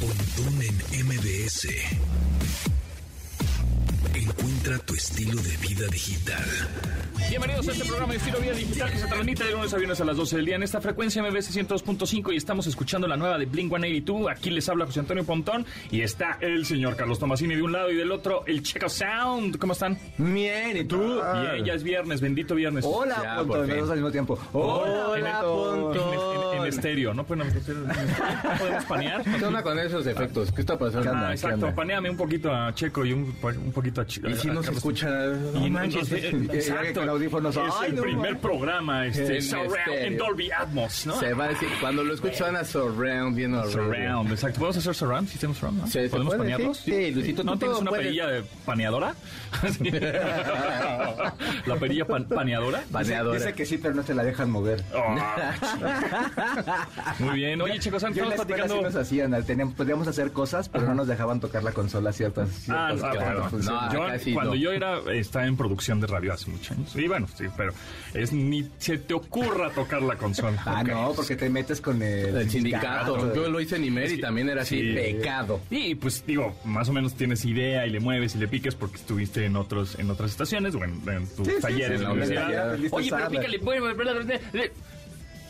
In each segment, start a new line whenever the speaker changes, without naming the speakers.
Conducción en MBS. Encuentra tu estilo de vida digital.
Bienvenidos a este programa de estilo Vía digital que se transmite de lunes a viernes a las 12 del día en esta frecuencia MBS 102.5 y estamos escuchando la nueva de Blink 182. Aquí les habla José Antonio Pontón y está el señor Carlos Tomasini de un lado y del otro el Checo Sound. ¿Cómo están?
Bien, ¿y tú?
Ah.
Bien, ya es viernes, bendito viernes.
Hola,
Ya,
Pontón,
por fin.
los dos al mismo tiempo.
Hola, En, en- en estéreo, ¿no? Bueno, podemos panear.
¿Qué onda con esos efectos? ¿Qué está pasando?
Ah,
¿Qué
exacto,
onda?
paneame un poquito a Checo y un, un poquito a Chico.
Y si no se escucha.
Y
No
no
manches.
nos ve-
que con audífonos,
Es
ay,
el
no
primer
manches.
programa este,
En
surround
estéreo.
en Dolby Atmos, ¿no?
Se va a decir, cuando lo escuchan a surround, bien horrible.
Surround, exacto. ¿Podemos hacer surround? ¿Sí tenemos surround? no?
Sí, ¿se
¿Podemos
puede?
panearlos?
Sí, sí, Luisito,
¿No
tú
tienes
todo
una
puedes.
perilla de paneadora? Sí. ¿La perilla pan- paneadora?
Baneadora.
Dice que sí, pero no te la dejan mover.
Ah, Muy bien. Oye, chicos,
Yo en
estamos
la escuela sí
platicando...
nos hacían, al- teníamos- podíamos hacer cosas, pero no nos dejaban tocar la consola ciertas,
Ah,
ciertas,
ah,
ciertas
bueno,
funciones.
no,
yo,
acá sí
cuando
no.
yo era estaba en producción de radio hace muchos años. Y bueno, sí, pero es ni se te ocurra tocar la consola.
Ah,
Ok.
no, porque te metes con el,
El sindicato. Yo lo hice en Imer y también era así,
sí.
pecado.
Y pues digo, más o menos tienes idea y le mueves y le piques porque estuviste en otros en otras estaciones o en, en tus
Sí, sí,
talleres
sí,
en la
sí,
ya
universidad.
aprendiste a
Oye, pero
usarla.
pícale, bueno, bueno, bueno, bueno, bueno.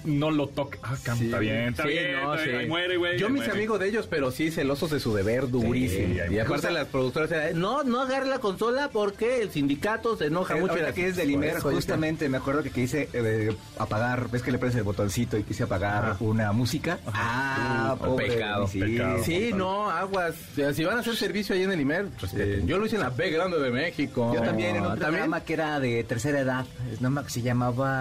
no lo toca. Ah, cam,
Sí.
está bien, está
Sí,
bien.
no,
está bien,
sí.
ahí muere, güey.
Yo
ahí
me hice
muere.
amigo de ellos, pero sí celosos de su deber durísimo.
ahí
y
muere.
aparte
Justo-
las productoras eran, no, no agarre la consola porque el sindicato se
eh,
enoja mucho.
Mucho
y
la
las-
que es del
Por
Imer,
eso, ahí está.
justamente me acuerdo que quise eh, apagar, ves que le prendes el botoncito y quise apagar una música. Ah,
Uh,
pobre de
pecado,
mí, sí.
pecado.
Sí, no, aguas. O sea, si van a hacer servicio ahí en el Imer, respeten.
Sí.
Yo lo hice en la B Grande de México.
Yo también en un
¿También?
programa que era de tercera edad, no me, se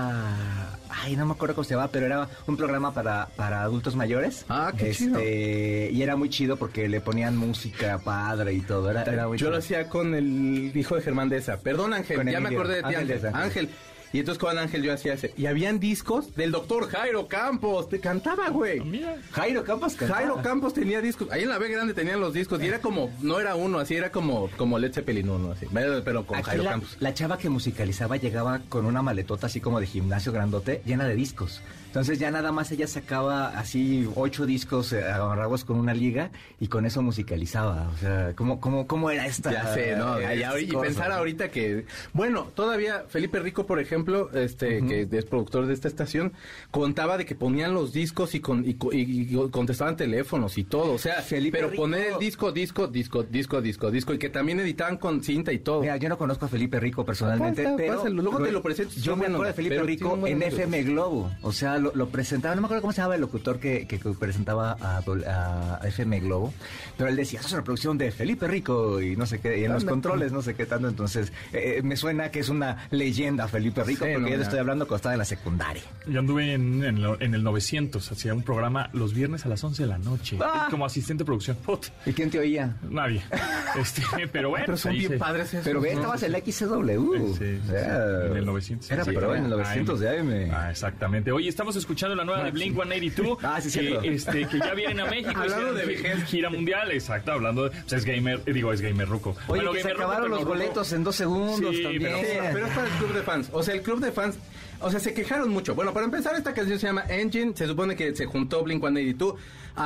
llamaba, ay, no me acuerdo cómo se llamaba, pero era un programa para, para adultos mayores. Este,
Ah, qué chido.
Y era muy chido porque le ponían música padre y todo, era, era muy
Yo lo
chido.
hacía con el hijo de Germán Deza. Perdón, Ángel,
Con
ya me
Emilio.
acordé de ti,
Ángel
Ángel.
Deza.
Ángel. Y entonces con Ángel yo hacía ese. Y habían discos del doctor Jairo Campos. Te cantaba, güey.
Mira.
Jairo Campos cantaba.
Jairo Campos tenía discos. Ahí en la B Grande tenían los discos. Y era como, no era uno, así era como, como Led Zeppelin uno, así. Pero con
Aquí
Jairo
la,
Campos.
la chava que musicalizaba llegaba con una maletota así como de gimnasio grandote, llena de discos. Entonces ya nada más ella sacaba así ocho discos eh, agarrados con una liga y con eso musicalizaba. O sea, ¿cómo, cómo, cómo era esta?
Ya sé, ¿no?
eh,
Y ahora- y
cosa,
pensar
no?
ahorita que... Bueno, todavía Felipe Rico, por ejemplo, este que es productor de esta estación, contaba de que ponían los discos y, con, y, co- y- y contestaban teléfonos y todo. O sea,
Felipe
pero
Rico-
poner el disco, disco, disco, disco, disco, disco, y que también editaban con cinta y todo.
Mira, yo no conozco a Felipe Rico personalmente,
Pasa,
pero...
pásalo, luego te lo presento, está
Yo me
bueno, pues,
acuerdo de Felipe
pero tiene un
Rico
buen
en
nombre.
FM Globo. O sea, lo, lo presentaba, no me acuerdo cómo se llamaba el locutor que, que presentaba a, dol- a FM Globo, pero él decía, eso es una producción de Felipe Rico y no sé qué, y en los
Anda.
controles no sé qué tanto. Entonces, eh, me suena que es una leyenda Felipe Rico,
Sí,
porque
no,
yo te
ya.
estoy hablando cuando estaba en la secundaria.
Yo anduve en, en lo- en el 900, hacía un programa los viernes a las 11 de la noche
Ah.
como asistente de producción. Puta,
¿Y quién te oía?
nadie. Este, pero bueno,
pero son
ahí
bien
se-
padres esos.
Pero ve,
¿no?
estabas en la XCW.
Sí, sí,
Uh, O sea,
sí. En el 900.
Era,
Sí,
pero en el 900 de AM.
Ah, exactamente. Oye, estamos escuchando la nueva de Blink 182.
Ah, sí,
que,
cierto.
este, que ya vienen a México.
Hablando
hicieron
de
gi-
vejez.
Gira mundial, exacto. Hablando de. Pues es gamer, digo, es gamer ruco.
Oye,
Bueno,
que se
gamer ruco,
acabaron
pero
los
ruco.
boletos en dos segundos
Sí,
también.
pero-
Sí, pero es para el club de fans. O sea, el club de fans. O sea, se quejaron mucho. Bueno, para empezar, esta canción se llama Engine. Se supone que se juntó Blink 182.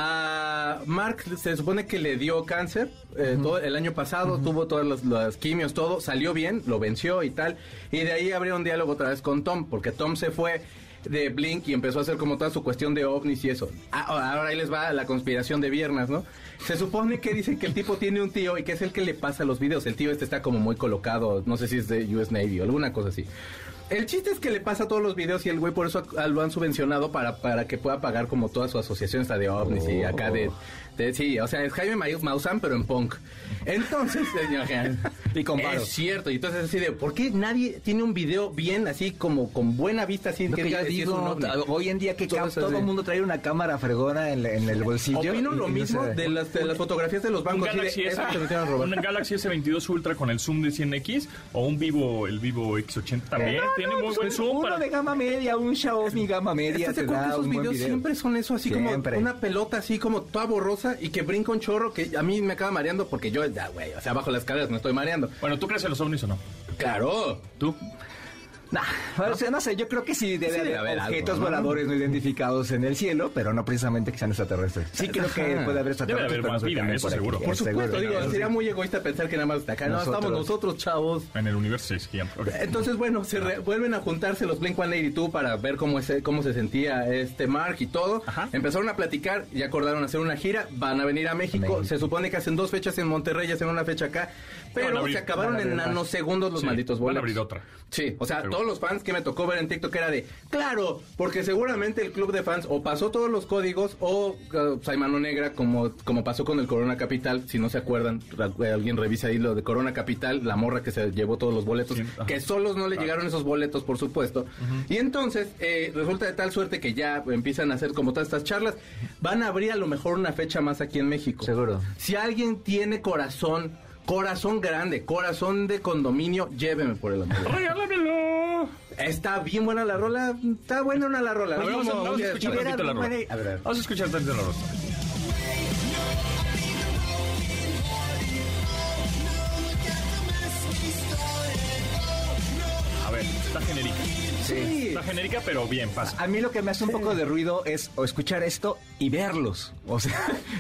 A Mark se supone que le dio cáncer eh, todo el año pasado. Tuvo todas las, las quimios, todo. Salió bien, lo venció y tal. Y de ahí abrieron diálogo otra vez con Tom, porque Tom se fue de Blink y empezó a hacer como toda su cuestión de ovnis y eso. Ah, Ahora ahí les va la conspiración de viernes, ¿no? Se supone que dicen que el tipo tiene un tío y que es el que le pasa los videos. El tío este está como muy colocado, no sé si es de US Navy o alguna cosa así. El chiste es que le pasa todos los videos y el güey por eso a- lo han subvencionado para, para que pueda pagar como toda su asociación esta de ovnis y acá de,
Oh.
de- Sí, o sea, es Jaime Ma- Maussan pero en punk. Entonces, señor Jean,
Y con varos.
es cierto. Y entonces así de, ¿por qué nadie tiene un video bien así como con buena vista así
Lo que
que
yo
diga si es un
digo,
ovni?
hoy en día que
Todo
ca-
eso
todo
sí.
el mundo trae una cámara fregona en, la- en el bolsillo.
Opino lo
Y- y
mismo
no sé.
de las, de las fotografías de los
Un
bancos. así de,
Galaxy, S,
"Esa
ah,
te metieron a robar".
un Galaxy S22 Ultra con el zoom de 100X o un Vivo, el Vivo X80 también.
No, no,
Tiene muy
pues,
buen zoom.
Uno
para-
de gama media, un Xiaomi gama media.
¿Estás de
Te
acuerdo que
da
esos
un buen
videos
video.
siempre son eso, así
Siempre.
como una pelota así como toda borrosa y que brinca un chorro que a mí me acaba mareando porque yo, ya, güey, o sea, bajo las cargas me estoy mareando.
Bueno, ¿tú crees en los ovnis o no?
Claro,
¿Tú?
Nah, o sea, no sé, yo creo que sí debe
Ah. Sí,
haber
debe haber algo,
objetos
¿no?
voladores no identificados en el cielo, pero no precisamente que sean extraterrestres. Sí creo que
Ajá.
puede haber extraterrestres,
haber
pero
más
no sé
vida,
también
eso
aquí.
seguro.
Eh,
Por supuesto,
Digo,
eso
sería
sí.
muy egoísta pensar que nada más de acá. No,
Nosotros.
estamos nosotros, chavos.
En el universo sí, sí, ok.
Eh,
Entonces, bueno, se re- vuelven a juntarse los Blink-182 para ver cómo, es, cómo se sentía este Mark y todo.
Ajá.
Empezaron a platicar y acordaron hacer una gira. Van a venir a México.
México.
Se supone que hacen dos fechas en Monterrey, hacen una fecha acá.
Van a
Pero
abrir-
se acabaron
van a
en
abrir más.
nanosegundos los
Sí,
malditos boletos.
van a abrir otra.
Sí, o sea,
Seguro.
todos los fans que me tocó ver en TikTok era de, claro, porque seguramente el club de fans o pasó todos los códigos o uh, hay mano negra como, como pasó con el Corona Capital, si no se acuerdan, ra- alguien revisa ahí lo de Corona Capital, la morra que se llevó todos los boletos,
Sí, ajá.
que solos no le llegaron esos boletos, por supuesto. Y entonces, eh, resulta de tal suerte que ya empiezan a hacer como todas estas charlas, van a abrir a lo mejor una fecha más aquí en México.
Seguro.
Si alguien tiene corazón, corazón grande, corazón de condominio, lléveme por el amor. de Dios.
¡Regálamelo!
Está bien buena la rola. Está buena una la rola.
A ver, vamos a, vamos a escuchar
Era
tantito la rola.
buena- a ver, a ver.
Vamos a escuchar tantito la rola. A ver, está genérica.
Sí.
Está genérica, pero bien, pasa.
A mí lo que me hace un poco de ruido es o escuchar esto y verlos. O sea,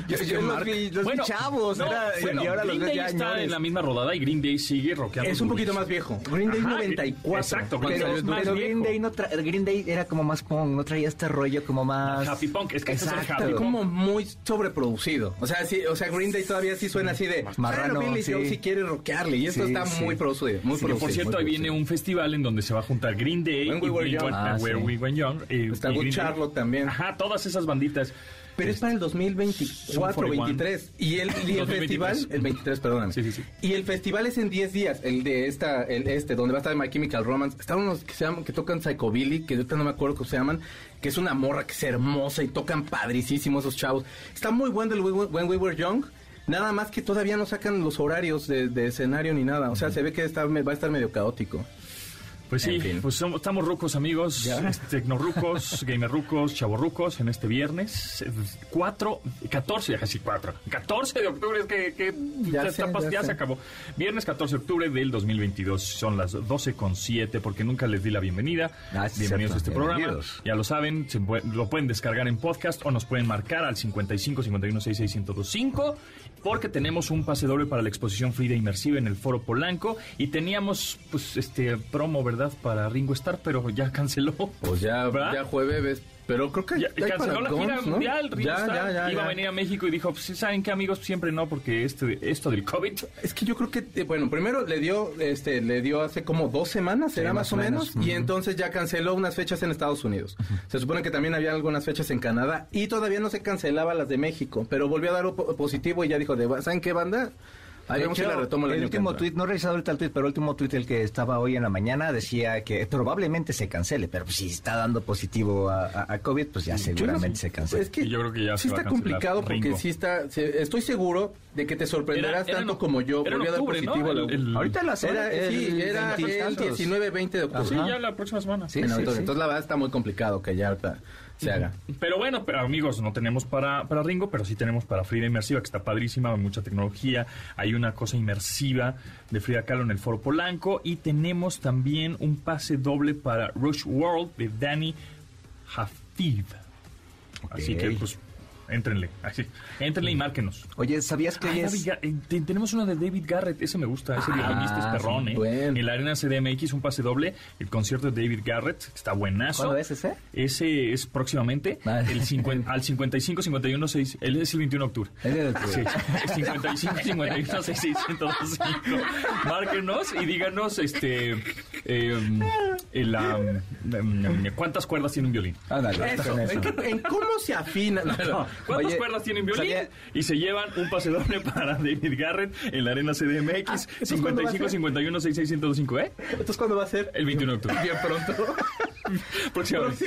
yo,
Es que
yo los
Mark-
vi, los vi chavos,
no,
era- eh,
bueno,
y ahora los
Green
veo
Day
ya
está
ñores.
en la misma rodada y Green Day sigue rockeando.
Es un poquito
durísimo.
más viejo. Green Day es
Ajá,
94.
exacto, ¿cuántos
Pero,
años más
pero
viejo?
Green, Day no tra- Green Day era como más punk, no traía este rollo como más...
Happy punk, es que este es el
Exacto.
happy
Está
punk.
como muy sobreproducido. O sea, sí, o sea, Green Day todavía sí suena así de
Marrano,
"Bueno, Billy
sí.
Joe si quiere rockearle. Y esto
Sí,
está
sí.
muy producido. Muy
Sí,
Que
producido.
por cierto,
muy
ahí viene
producido.
un festival en donde se va a juntar Green Day
When We
y
Were
Blink
Young.
One-
Ah,
Where
sí.
We Were Young, eh,
Está
y
Good
Green Day.
Charlotte también.
Ajá, todas esas banditas.
Pero es para el 2024,
41.
23. Y el, y el
2023.
festival, el 23, perdóname.
Sí, sí, sí.
Y el festival es en 10 días, el de esta, el este, donde va a estar My Chemical Romance. Están unos que se llaman, que tocan Psychobilly, que ahorita no me acuerdo cómo se llaman, que es una morra que es hermosa y tocan padricísimo esos chavos. Está muy bueno el We Were- When We Were Young. Nada más que todavía no sacan los horarios de, de escenario ni nada. O sea, se ve que está, va a estar medio caótico.
Pues sí,
En fin.
pues somos- estamos rucos, amigos.
Ya.
Es- Tecnorrucos, gamerrucos, chavorrucos en este viernes. 4, 14, casi 4. 14 de octubre, es que, que
Ya
ya,
sé,
está pas-
ya
ya
sé.
se acabó. Viernes 14 de octubre del 2022. Son las 12.7 porque nunca les di la bienvenida.
Ah, es
Bienvenidos
cierto,
a este programa.
bienvenidos.
Ya lo saben, se pue- lo pueden descargar en podcast o nos pueden marcar al 55 51 66 1025 porque tenemos un pase doble para la exposición Frida Inmersiva en el Foro Polanco y teníamos pues este promo, ¿verdad? Para Ringo Starr, pero ya canceló.
Pues ya,
¿Verdad?
ya jueves, pero creo que
Ya,
hay
canceló
para
la gira
Guns, ¿no?
mundial, Ringo
Ya,
Starr
ya, ya,
iba a
ya.
venir a México y dijo, pues, ¿saben qué amigos? Siempre no, porque este, esto del COVID
Es que yo creo que, eh, bueno, primero le dio, este, le dio hace como dos semanas, era más,
más
o
o
menos,
menos,
y entonces ya canceló unas fechas en Estados Unidos. Se supone que también había algunas fechas en Canadá y todavía no se cancelaba las de México, pero volvió a dar po- positivo y ya dijo, de, ¿saben qué banda? Ahí
De
vamos y
hecho,
la retomo el
el
año que
último
entra".
tuit, no he revisado ahorita el tuit, pero el último tuit, el que estaba hoy en la mañana, decía que probablemente se cancele, pero pues, si está dando positivo a, a- a COVID, pues ya
Yo no sé.
seguramente se cancela.
Es que
Y yo creo que ya
sí
se va a
está
cancelar,
complicado porque
Ringo.
sí está. se- estoy seguro de que te sorprenderás
Era- era
tanto
en-
como yo.
era en
Volví a dar
octubre, ¿no?
positivo.
El- el-
Ahorita la semana-
era, sí,
el
era
20 y
el
tantos.
19-20 de octubre.
Sí,
Ajá.
ya la próxima semana.
Sí,
En auditorio.
sí.
Entonces la verdad está muy complicado que ya ahorita se haga.
Pero bueno, pero amigos, no tenemos para, para Ringo, pero sí tenemos para Frida Inmersiva, que está padrísima, hay mucha tecnología, hay una cosa inmersiva de Frida Kahlo en el Foro Polanco y tenemos también un pase doble para Rush World de Danny Hafid. Así
Ok.
que pues éntrenle, así, éntrenle y márquenos.
Oye, ¿sabías que
Ay,
hoy
David
es...?
Ga- eh, te- tenemos uno de David Garrett, ese me gusta, ese
Ah,
violinista es perrón,
sí,
¿eh?
bueno.
En la Arena CDMX, un pase doble, el concierto de David Garrett, está buenazo.
¿Cuándo es ese?
Ese es próximamente,
Ah.
el cincuen- al 55, 51, 6, él es el 21 de octubre.
Es de-
Sí, 55 51 605. Márquenos y díganos este em, el, am, em, cuántas cuerdas tiene un violín.
Ándale,
Eso,
con eso.
¿En, qué- en cómo se afina? No, no.
¿Cuántas
Oye,
cuerdas tiene un violín?
sabía-
Y se llevan un pase doble para David Garrett en la Arena CDMX.
¿eso cuándo va a
55
ser?
51 66 105, ¿eh?
¿Entonces cuándo va a ser?
El 21 de octubre.
Bien pronto.
Próximamente.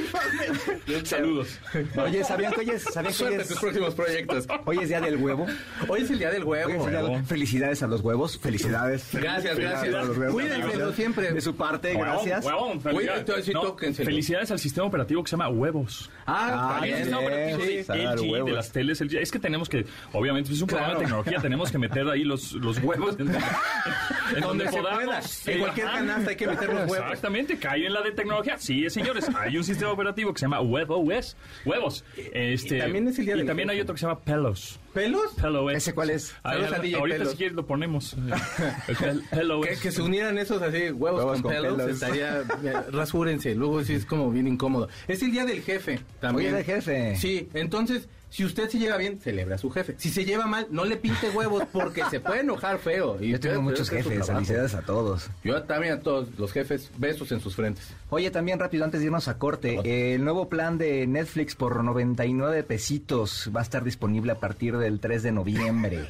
Saludos.
Oye, ¿sabían que hoy es, ¿sabían que hoy
Suerte en
es,
tus próximos proyectos.
hoy es día del huevo?
Hoy es el día del
Oye,
huevo.
felicidades- Felicidades a los huevos, felicidades.
Gracias,
Felicidades
gracias.
a los huevos.
Cuídense,
Felicidades.
siempre.
De su parte,
Huevón,
gracias.
huevón, felicidades.
Cuídate, así
No,
tóquenselo.
felicidades al sistema operativo que se llama Huevos.
Ah,
Ah,
Ahí
bien.
está el
bien,
operativo de
sí, salar
LG,
huevos.
de las teles. LG. Es que tenemos que, obviamente, es un programa de tecnología, tenemos que meter ahí los, los huevos en, en donde
Donde se
podamos.
pueda. En
Eh,
cualquier
ajá.
canasta hay que meter los huevos.
Exactamente, cae en la de tecnología. Sí, señores, hay un sistema operativo que se llama WebOS, huevos. Este,
y también es el día
y
del
también
huevo.
hay otro que se llama Pelos.
¿Pelos?
Pelos.
¿Ese cuál es?
Saludos a DJ
ahorita
Pelos.
si quieres lo ponemos. El pel- Pelos.
Que, que se unieran esos así, huevos,
Huevos
con,
con
pelos,
pelos.
estaría, mira, rasúrense, luego sí es como bien incómodo. Es el día del jefe también.
Hoy es de jefe.
Sí, entonces, si usted se lleva bien, celebra a su jefe. Si se lleva mal, no le pinte huevos porque se puede enojar feo. Y
Yo tengo
usted,
muchos
pero es que es su
jefes,
trabajo.
felicidades a todos.
Yo también a todos los jefes, besos en sus frentes.
Oye, también rápido, antes de irnos a corte, eh, el nuevo plan de Netflix por 99 pesitos va a estar disponible a partir del 3 de noviembre.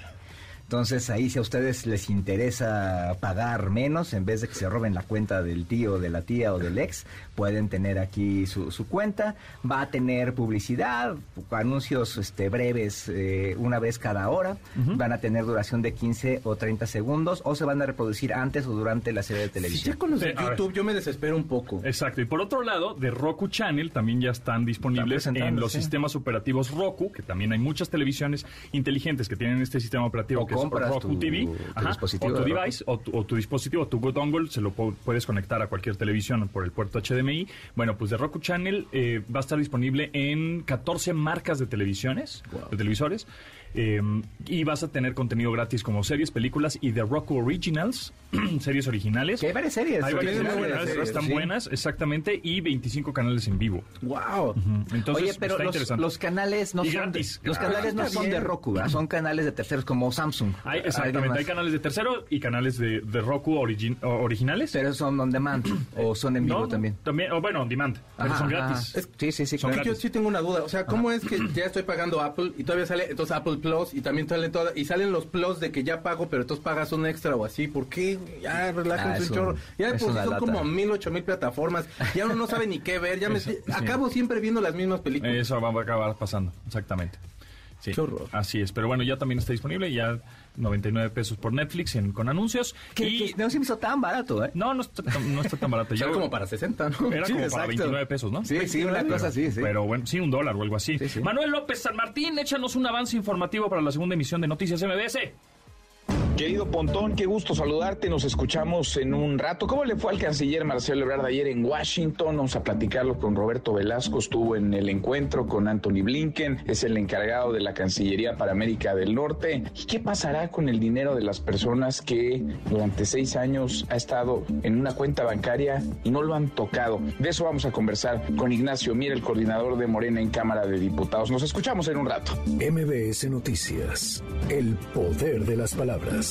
Entonces ahí si a ustedes les interesa pagar menos, en vez de que se roben la cuenta del tío, de la tía o del ex, pueden tener aquí su, su cuenta. Va a tener publicidad, anuncios este, breves eh, una vez cada hora. Van a tener duración de 15 o 30 segundos o se van a reproducir antes o durante la serie de
Si
televisión.
ya con los
Sí,
de
a ver.
YouTube, yo me desespero un poco.
Exacto. Y por otro lado, de Roku Channel también ya están disponibles
Están presentando,
en los
sí.
sistemas operativos Roku, que también hay muchas televisiones inteligentes que tienen este sistema operativo
O
que es
compras
Roku
tu-
TV.
tu dispositivo
o tu
de Roku.
device, o tu, o tu dispositivo, tu dongle, se lo pu- puedes conectar a cualquier televisión por el puerto HDMI. Bueno, pues de Roku Channel eh, va a estar disponible en 14 marcas de televisiones, de televisores. eh, y vas a tener contenido gratis como series, películas y de Roku Originals, series originales.
Que hay varias series.
Hay varias
Tiene muy
series,
buenas
¿verdad?
series,
están
sí.
buenas, exactamente, y 25 canales en vivo.
¡Wow!
Entonces,
Oye, pero
está
los,
interesante.
los canales no
Y
son
gratis.
los
Ah,
canales no
está
son de
bien.
Roku, ¿verdad? son canales de terceros como Samsung.
Hay,
Hay
exactamente,
demás.
hay canales de tercero y canales de, de Roku origi- o- originales.
Pero son on demand o son en vivo
Eh, No,
también.
También, o bueno, on demand, pero
Ajá,
son
ajá.
gratis.
Es- sí, sí, sí.
Son
claro.
Yo sí tengo una duda, o sea, ¿cómo es que ya estoy pagando Apple y todavía sale, entonces Apple Plus y también salen todas, y salen los Plus de que ya pago, pero entonces pagas un extra o así, ¿por qué? Ya
Ah,
relájense
es
un
un-
chorro. Ya de
es
por sí
una
son
lata.
como mil, ocho mil plataformas, ya uno no sabe ni qué ver, ya me
Eso,
estoy-
sí.
acabo siempre viendo las mismas películas.
Eso va a acabar pasando, exactamente. Sí,
Qué horror.
así es. Pero bueno, ya también está disponible, ya 99 pesos por Netflix en- con anuncios.
Que,
y
que no se me hizo tan barato, ¿eh?
no, no está, tan- no está tan barato.
O sea,
Ya-
como para 60, ¿no?
Era
Sí,
como para
exacto.
29 pesos, ¿no?
Sí, sí, una cosa así, sí.
Pero bueno, sí, un dólar o algo así.
sí.
Manuel López San Martín, échanos un avance informativo para la segunda emisión de Noticias MBS.
Querido Pontón, qué gusto saludarte. Nos escuchamos en un rato. ¿Cómo le fue al canciller Marcelo Ebrard ayer en Washington? Vamos a platicarlo con Roberto Velasco. Estuvo en el encuentro con Anthony Blinken. Es el encargado de la Cancillería para América del Norte. ¿Y qué pasará con el dinero de las personas que durante seis años ha estado en una cuenta bancaria y no lo han tocado? De eso vamos a conversar con Ignacio Mier, el coordinador de Morena en Cámara de Diputados. Nos escuchamos en un rato.
MBS Noticias, el poder de las palabras.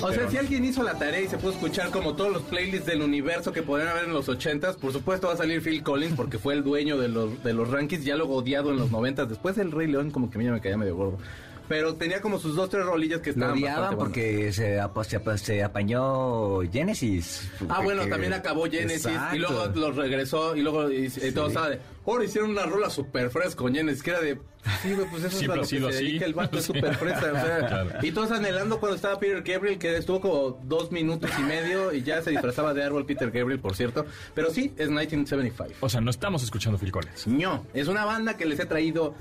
O sea, si alguien hizo la tarea y se pudo escuchar como todos los playlists del universo que podían haber en los 80s, por supuesto va a salir Phil Collins porque fue el dueño de los, de los rankings, ya luego odiado en los 90s. Después del Rey León, como que a mí ya me caía medio gordo. Pero tenía como sus dos, tres rolillas que
Lo
estaban.
odiaban
bastante buenas.
porque se, apa- se, apa- se apañó Genesis.
Ah, bueno,
Que-
también acabó Genesis
Exacto.
y luego los regresó y luego y, y todo estaba de. Ahora hicieron una rola súper fresca con Genesis, que era de. Sí, güey, pues eso es
Siempre
a lo
ha
que
sido
se
así.
dedica el vato, es súper fresca. O sea,
Claro.
Y todos anhelando cuando estaba Peter Gabriel, que estuvo como dos minutos y medio y ya se disfrazaba de árbol Peter Gabriel, por cierto. Pero sí, es 1975.
O sea, no estamos escuchando Phil Collins.
No, es una banda que les he traído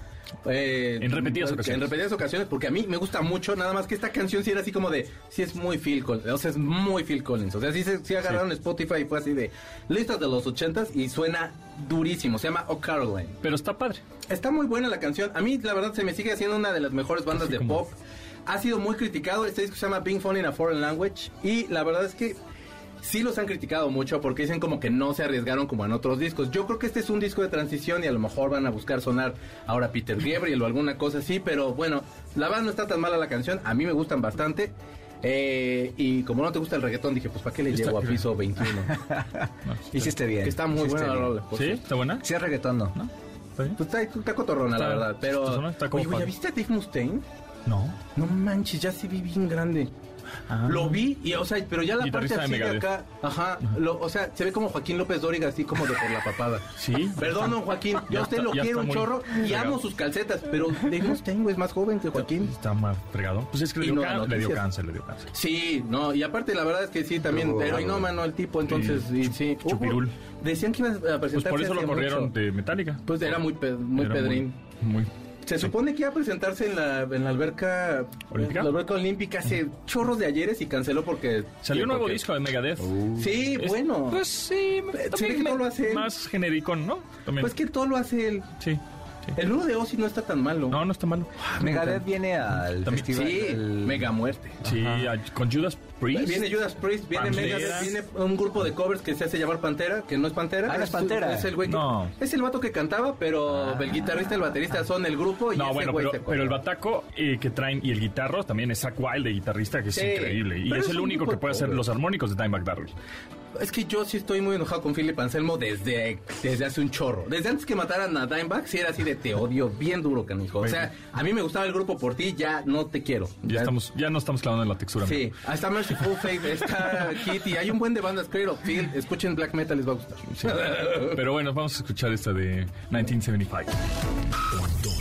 eh,
En repetidas
en
ocasiones.
repetidas ocasiones, porque a mí me gusta mucho, nada más que esta canción sí era así como de, sí es muy Phil Collins, o sea, es muy Phil Collins, o sea, sí, se- sí agarraron Spotify y fue así de listas de los ochentas y suena durísimo, se llama O Caroline.
Pero está padre.
Está muy buena la canción. A mí, la verdad, se me sigue haciendo una de las mejores bandas de
como-
pop. Ha sido muy criticado. Este disco se llama Being Fun in a Foreign Language. Y la verdad es que sí los han criticado mucho porque dicen como que no se arriesgaron como en otros discos. Yo creo que este es un disco de transición y a lo mejor van a buscar sonar ahora Peter Gabriel o alguna cosa así. Pero bueno, la verdad no está tan mala la canción. A mí me gustan bastante. Eh, y como no te gusta el reggaetón, dije, pues ¿para qué le
Está
llevo a
bien.
piso 21?
Hiciste bien.
que está muy
hiciste
buena la
bien.
rola. por
¿Sí?
cierto.
¿Está buena?
Sí, es reggaetón, ¿no?
¿Está bien?
Pues está, está cotorrona, la
Está-
verdad. Pero.
está- está como
Oye, güey,
padre.
¿ya viste a Dave Mustaine?
No.
No manches, ya sí vi bien grande. Lo vi y, o sea, pero ya la parte
Ah. Guitarrista de
así de
Megadeth.
acá, ajá, lo- o sea, se ve como Joaquín López Dóriga, así como de por la papada.
Ah, Sí.
Perdón, don Joaquín, yo
Ya
a usted
está-
lo
ya está
quiero un
muy
chorro y
fregado.
amo sus calcetas, pero Dave Mustaine, güey, es más joven que Joaquín.
Está más fregado. Pues es que le
Y
dio,
no
can-
ganó
le dio
noticias.
cáncer, le dio cáncer.
Sí, no, y aparte la verdad es que sí, también
No,
pero no mano el tipo, entonces,
Sí.
y sí. Ujú.
Chupirul.
Decían que iba a presentarse
Pues por eso lo
hace
corrieron
mucho.
de Metallica.
Pues era muy, pe- muy
Era
pedrín.
Muy.
Se supone que iba a presentarse en la, en la alberca
¿Olímpica?
La alberca olímpica hace chorros de ayeres y canceló porque
Salió un nuevo
porque-
disco de Megadeth.
Sí,
Uh. Es-
bueno.
Pues sí,
ve
también
que todo lo hace él.
Más genericón, ¿no? También.
Pues que todo lo hace él.
Sí. sí.
El uno de Ozzy no está tan malo.
No, no está malo.
Megadeth viene al
También-
festival.
sí,
el-
mega muerte.
Sí, a- con Judas Priest.
Viene Judas Priest, viene
Pantera.
Megadeth, viene un grupo de covers que se hace llamar Pantera, que no es Pantera.
Ah, no es Pantera.
Es el güey que-
No. Ah.
Es el vato que cantaba, pero el guitarrista y el baterista son el grupo y
No,
ese
bueno,
güey
pero,
se
pero el
coló.
bataco eh, que traen y el guitarro también es Zach Wild de guitarrista, que es
Sí,
increíble. Y
pero
es
es
el
un
único
grupo
que puede hacer
pobre.
los armónicos de Dimebag Darrell.
Es que yo sí estoy muy enojado con Philip Anselmo desde, desde hace un chorro. Desde antes que mataran a Dimebag, sí era así de te odio bien duro, canijo. O sea, a mí me gustaba el grupo por ti, ya no te quiero.
Ya, estamos, ya no estamos clavando en la textura.
Sí,
amigo.
está Mercyful Fate, está Kitty, hay un buen de bandas, Cradle of Field, escuchen Black Metal, les va a gustar.
Sí. Pero bueno, vamos a escuchar esta de 1975.
Pontón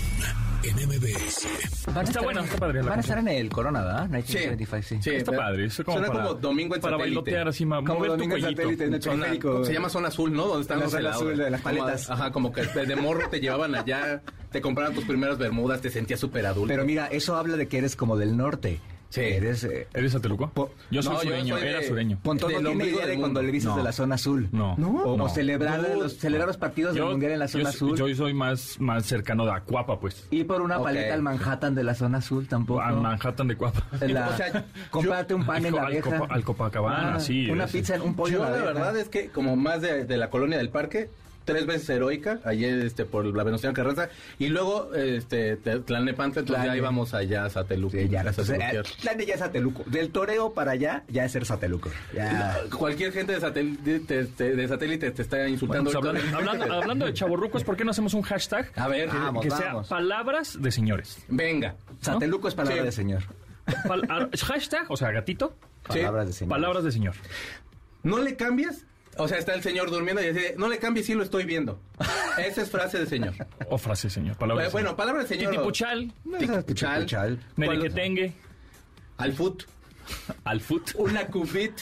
en MBS.
Van a
Está
estar
buena,
en-
está padre la
Van a estar
canción.
en el Corona, ¿verdad?
Sí,
1975, sí.
Está
¿verdad?
padre, eso como
Suena
para,
como domingo en
para
satélite.
bailotear así, ma-
Como
mover tu
Domingo en
cuellito.
satélite, en el
Zona-
periférico.
se llama zona azul, ¿no? Donde están
La
los
zona
helados.
azul de las
Como-
paletas.
Ajá, como que de morro te llevaban allá, te compraban tus primeras bermudas, te sentías súper adulto.
Pero mira, eso habla de que eres como del norte.
Sí.
Eres... eh,
¿Eres sateluco?
Po-
Yo soy
No, yo
sureño,
soy de-
era sureño.
Pontón
Del
no tiene
ombligo
idea de
del
cuando
mundo.
le dices
No.
de la zona azul.
No. ¿No?
O, o
No.
celebrar,
No.
los, celebrar los partidos del mundial en la zona
yo-
azul.
Yo soy más, más cercano a Cuapa, pues.
Y por una
Ok.
paleta al Manhattan de la zona azul tampoco.
A Manhattan de Cuapa.
La-
O sea,
cómprate un pan en
Al-
la
al
vieja.
Copa- al Copacabana, sí,
Una
es-
pizza, en un pollo
Yo
a
la
vieja.
verdad es que como más de, de la colonia del parque, tres veces heroica, ayer este, por la Venustiano Carranza, y luego este, te- Tlalnepantla, entonces
Tlane.
ya íbamos allá a Sateluco.
Sí, ya,
a
entonces, eh,
Sateluquear.
la de ya es Sateluco. Del toreo para allá, ya es ser Sateluco. Ya.
Cualquier gente de satélite, de, de- de satélite te está insultando.
Pues
ahorita.
hablando, hablando- hablando de chavorrucos, ¿por qué no hacemos un hashtag?
A ver,
Que-
Vamos,
que
vamos.
sea palabras de señores.
venga.
Sateluco es palabra
Sí.
de señor.
Pal- a- hashtag, o sea, gatito,
Sí.
Palabras de señor.
palabras de señor.
No le cambies. O sea, está el señor durmiendo y dice, no le cambies, sí lo estoy viendo. Esa es frase de señor.
O frase de señor. Palabras
Eh, bueno, palabra de señor.
Titipuchal,
Titipuchal,
Titipuchal.
meriquetengue,
Al foot.
al foot.
Una cubit.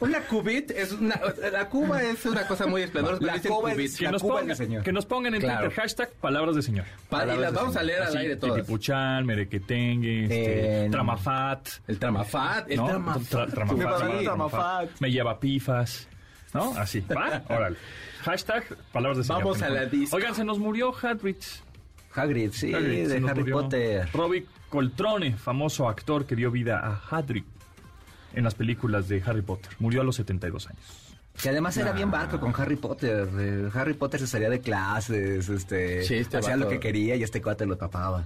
Una cubit es una... La cuba es una cosa muy esplendorosa. pero
La
dicen
cuba es-
cubit.
Que
La
nos,
cuba
pongan,
de señor.
que nos pongan en
Claro.
Twitter hashtag palabras de señor.
Pa- y las vamos a leer al
Así,
aire todas.
Titipuchal, merequetengue, este,
Eh, no.
tramafat.
El tramafat. El
¿no?
tramafat.
Tra- tramafat,
Me va a dar
tramafat.
tramafat.
Me lleva pifas. ¿No? Así. ¿Va? Órale. Hashtag palabras de señor.
Vamos a la disco.
Oigan, se nos murió Hadrid.
Hagrid, sí,
Hagrid, se
de
nos
Harry
murió.
Potter.
Robbie Coltrone, famoso actor que dio vida a Hagrid en las películas de Harry Potter. Murió a los 72 años.
Que además
Ah.
era bien barco con Harry Potter. eh, Harry Potter se salía de clases, este,
Sí, este
hacía
vato.
lo que quería y este cuate lo tapaba.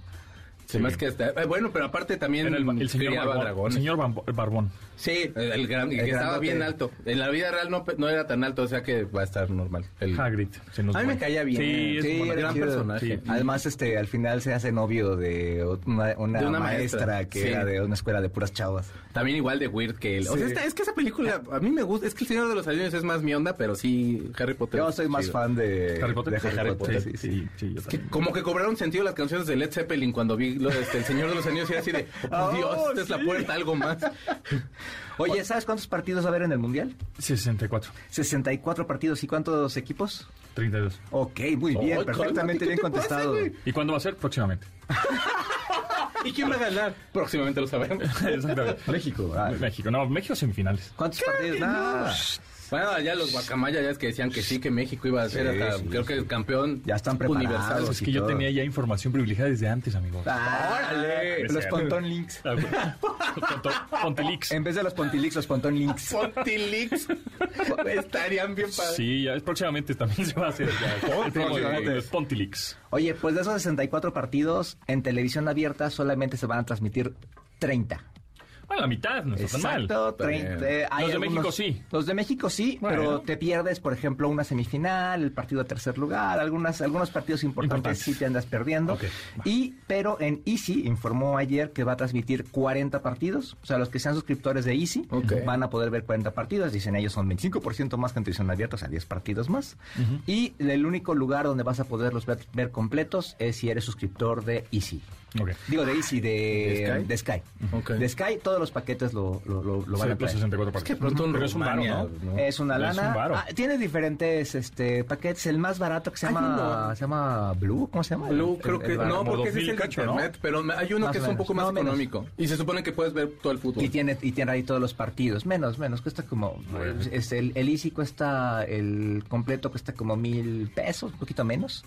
Se me hace que hasta- eh, bueno, pero aparte también
Era el, ba- el señor
criaba
Barbón. El
dragones.
señor Bambo- Barbón.
Sí, el, el gran, que
El
estaba
grandote.
bien alto. En la vida real no, pe- no era tan alto, o sea que va a estar normal. El-
Hagrid. se nos
A mí me
muere.
caía bien.
eh.
Sí, es
Sí,
un
era
gran
gran
personaje.
personaje.
Además, este, al final se hace novio de una, una
De una
maestra,
maestra,
que
sí.
era de una escuela de puras chavas.
También igual de weird que él. O sea,
Sí.
esta- es que esa película a mí me gusta. Es que El Señor de los Anillos es más mi onda, pero sí Harry Potter.
Yo
es
soy más
chido.
fan de
Harry Potter.
de
Sí,
Harry
sí,
Potter,
sí,
sí, sí.
sí, sí, yo
Que
también.
como que cobraron sentido las canciones de Led Zeppelin cuando vi lo de este, El Señor de los Anillos y era así de, oh, Dios,
Oh,
esta es la
sí.
puerta, algo más.
Oye, ¿sabes cuántos partidos va a haber en el Mundial?
64.
64 partidos y cuántos equipos?
32.
Ok, muy bien,
Ay,
perfectamente
cálmate, ¿qué
bien
te pasa,
contestado.
güey?
¿Y cuándo va a ser? Próximamente.
¿Y quién va a ganar? Próximamente lo sabremos.
Exactamente.
México. ah,
México. No, México semifinales.
¿Cuántos partidos? Nah,
Bueno, ya los guacamayas ya es que decían que sí, que México iba a ser
Sí,
hasta,
sí,
creo que campeón
Ya están preparados.
Pues
Es
y
que yo
todo.
tenía ya información privilegiada desde antes, amigo.
Ah,
¡Órale!
Los Pontón Links.
Ah, bueno. Ponto- Pontelix.
En vez de los Pontilix, los Pontón Links.
Pontilix. Estarían bien padres.
Sí, ya es próximamente también se va a hacer. ya. El primo de-
Próximamente.
de Pontilix.
Oye, pues de esos 64 partidos, en televisión abierta solamente se van a transmitir 30.
Bueno, la mitad, no está tan mal.
Exacto, 30, eh, hay
Los de
algunos-
México sí.
Los de México sí,
Bueno.
pero te pierdes, por ejemplo, una semifinal, el partido a tercer lugar, algunas, algunos partidos importantes
Importantes.
sí te andas perdiendo.
Ok, va.
Y, pero en Easy informó ayer que va a transmitir 40 partidos. O sea, los que sean suscriptores de Easy
Ok.
van a poder ver 40 partidos. Dicen ellos son 25% más que en televisión abierta, o sea, 10 partidos más. Y el único lugar donde vas a poderlos ver, ver completos es si eres suscriptor de Easy.
Ok.
Digo, de Easy, de,
¿De Sky?
de Sky.
Ok.
De Sky, todos los paquetes lo, lo, lo- lo van a
Sí, los
traer.
64
Es que
partidos.
pronto un
Pero es un varo,
Rumania,
¿no?
¿no?
Es una
Es
lana.
un varo.
Ah, tiene diferentes este, paquetes. El más barato que se
Hay
llama,
uno.
se llama Blue. ¿Cómo se llama?
Blue,
El-
creo
el-
que
el barato.
no,
como
porque ese
2000
es el de
cacho, ¿no?
internet, pero me- hay uno
Más
que es
o
un poco
menos,
más
no, menos.
económico. Y se supone que puedes ver todo el fútbol.
Y tiene, y tiene ahí todos los partidos. Menos, menos. Cuesta como. es el, el Easy cuesta. El completo cuesta como mil pesos, un poquito menos.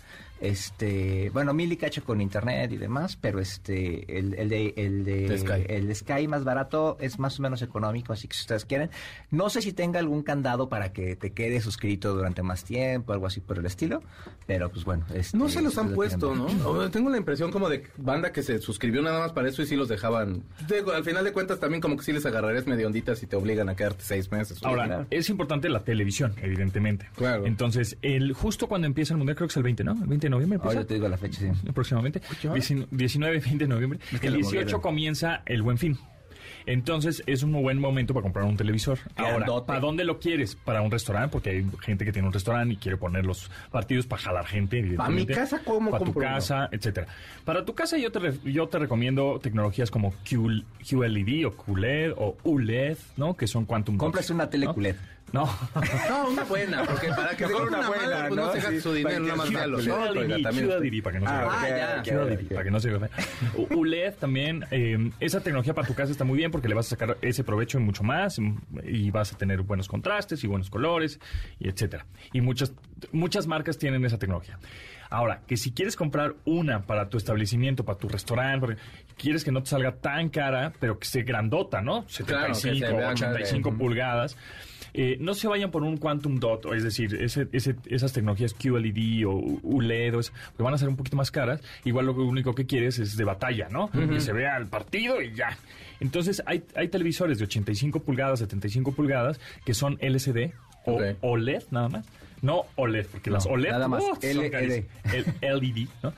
Este. Bueno, mil y cacho con internet y demás. Pero este. El, el de. El de,
De Sky.
El Sky más barato es más o menos económico. Así que si ustedes quieren. No sé si tenga algún candado para que te quedes suscrito durante más tiempo. Algo así por el estilo. Pero pues bueno. este,
No se los
si
han
lo
puesto,
quieren
¿no?
ver.
O- Tengo la impresión como de banda que se suscribió nada más para eso y sí los dejaban. Digo, al final de cuentas también como que sí les agarrarías medio onditas y te obligan a quedarte seis meses.
Ahora,
claro.
es importante la televisión, evidentemente.
Claro.
Entonces, el, justo cuando empieza el mundial, creo que es el 20, ¿no? El 20 de noviembre empieza.
Ahora te digo la fecha, sí.
aproximadamente. 19, 20 de noviembre.
Es que
el
lo
18
movieron.
comienza el buen fin. Entonces es un muy buen momento para comprar un televisor. Ahora,
Grandote.
¿para dónde lo quieres? Para un restaurante, porque hay gente que tiene un restaurante y quiere poner los partidos para jalar gente.
¿Para mi
evidentemente.
casa cómo
Para tu
compro uno?
casa, etcétera. Para tu casa yo te, re- yo te recomiendo tecnologías como Q- QLED o QLED o ULED, ¿no? Que son Quantum
Compras
Dots,
una tele
¿no?
QLED.
No.
No, E una buena, porque para que se
Mejor
compre
una
una
buena,
mala, pues
¿no?
no se gaste
Sí,
su dinero en
para
una
E
que-
más malo.
Sí,
QLED, QLED, E para que no se vea.
Ah, ya.
ok,
Quiero
ok,
decir,
ok.
para que no se vea. U- ULED también. eh, esa tecnología para tu casa está muy bien porque le vas a sacar ese provecho y mucho más. mm, Y vas a tener buenos contrastes y buenos colores, y etcétera. Y muchas, muchas marcas tienen esa tecnología. Ahora, que si quieres comprar una para tu establecimiento, para tu restaurante, porque quieres que no te salga tan cara, pero que sea grandota, ¿no?
Claro, que se
75,
vea
85
grande.
pulgadas. Eh, no se vayan por un Quantum Dot, o es decir, ese- ese- esas tecnologías QLED o ULED, o es- que van a ser un poquito más caras. Igual lo único que quieres es de batalla, ¿no? Que se vea el partido y ya. Entonces, hay, hay televisores de 85 pulgadas, 75 pulgadas, que son LCD o
Ok.
OLED nada más. No OLED, porque las
No,
OLED
nada más, E
son
LED.
carísimas el LED, ¿no?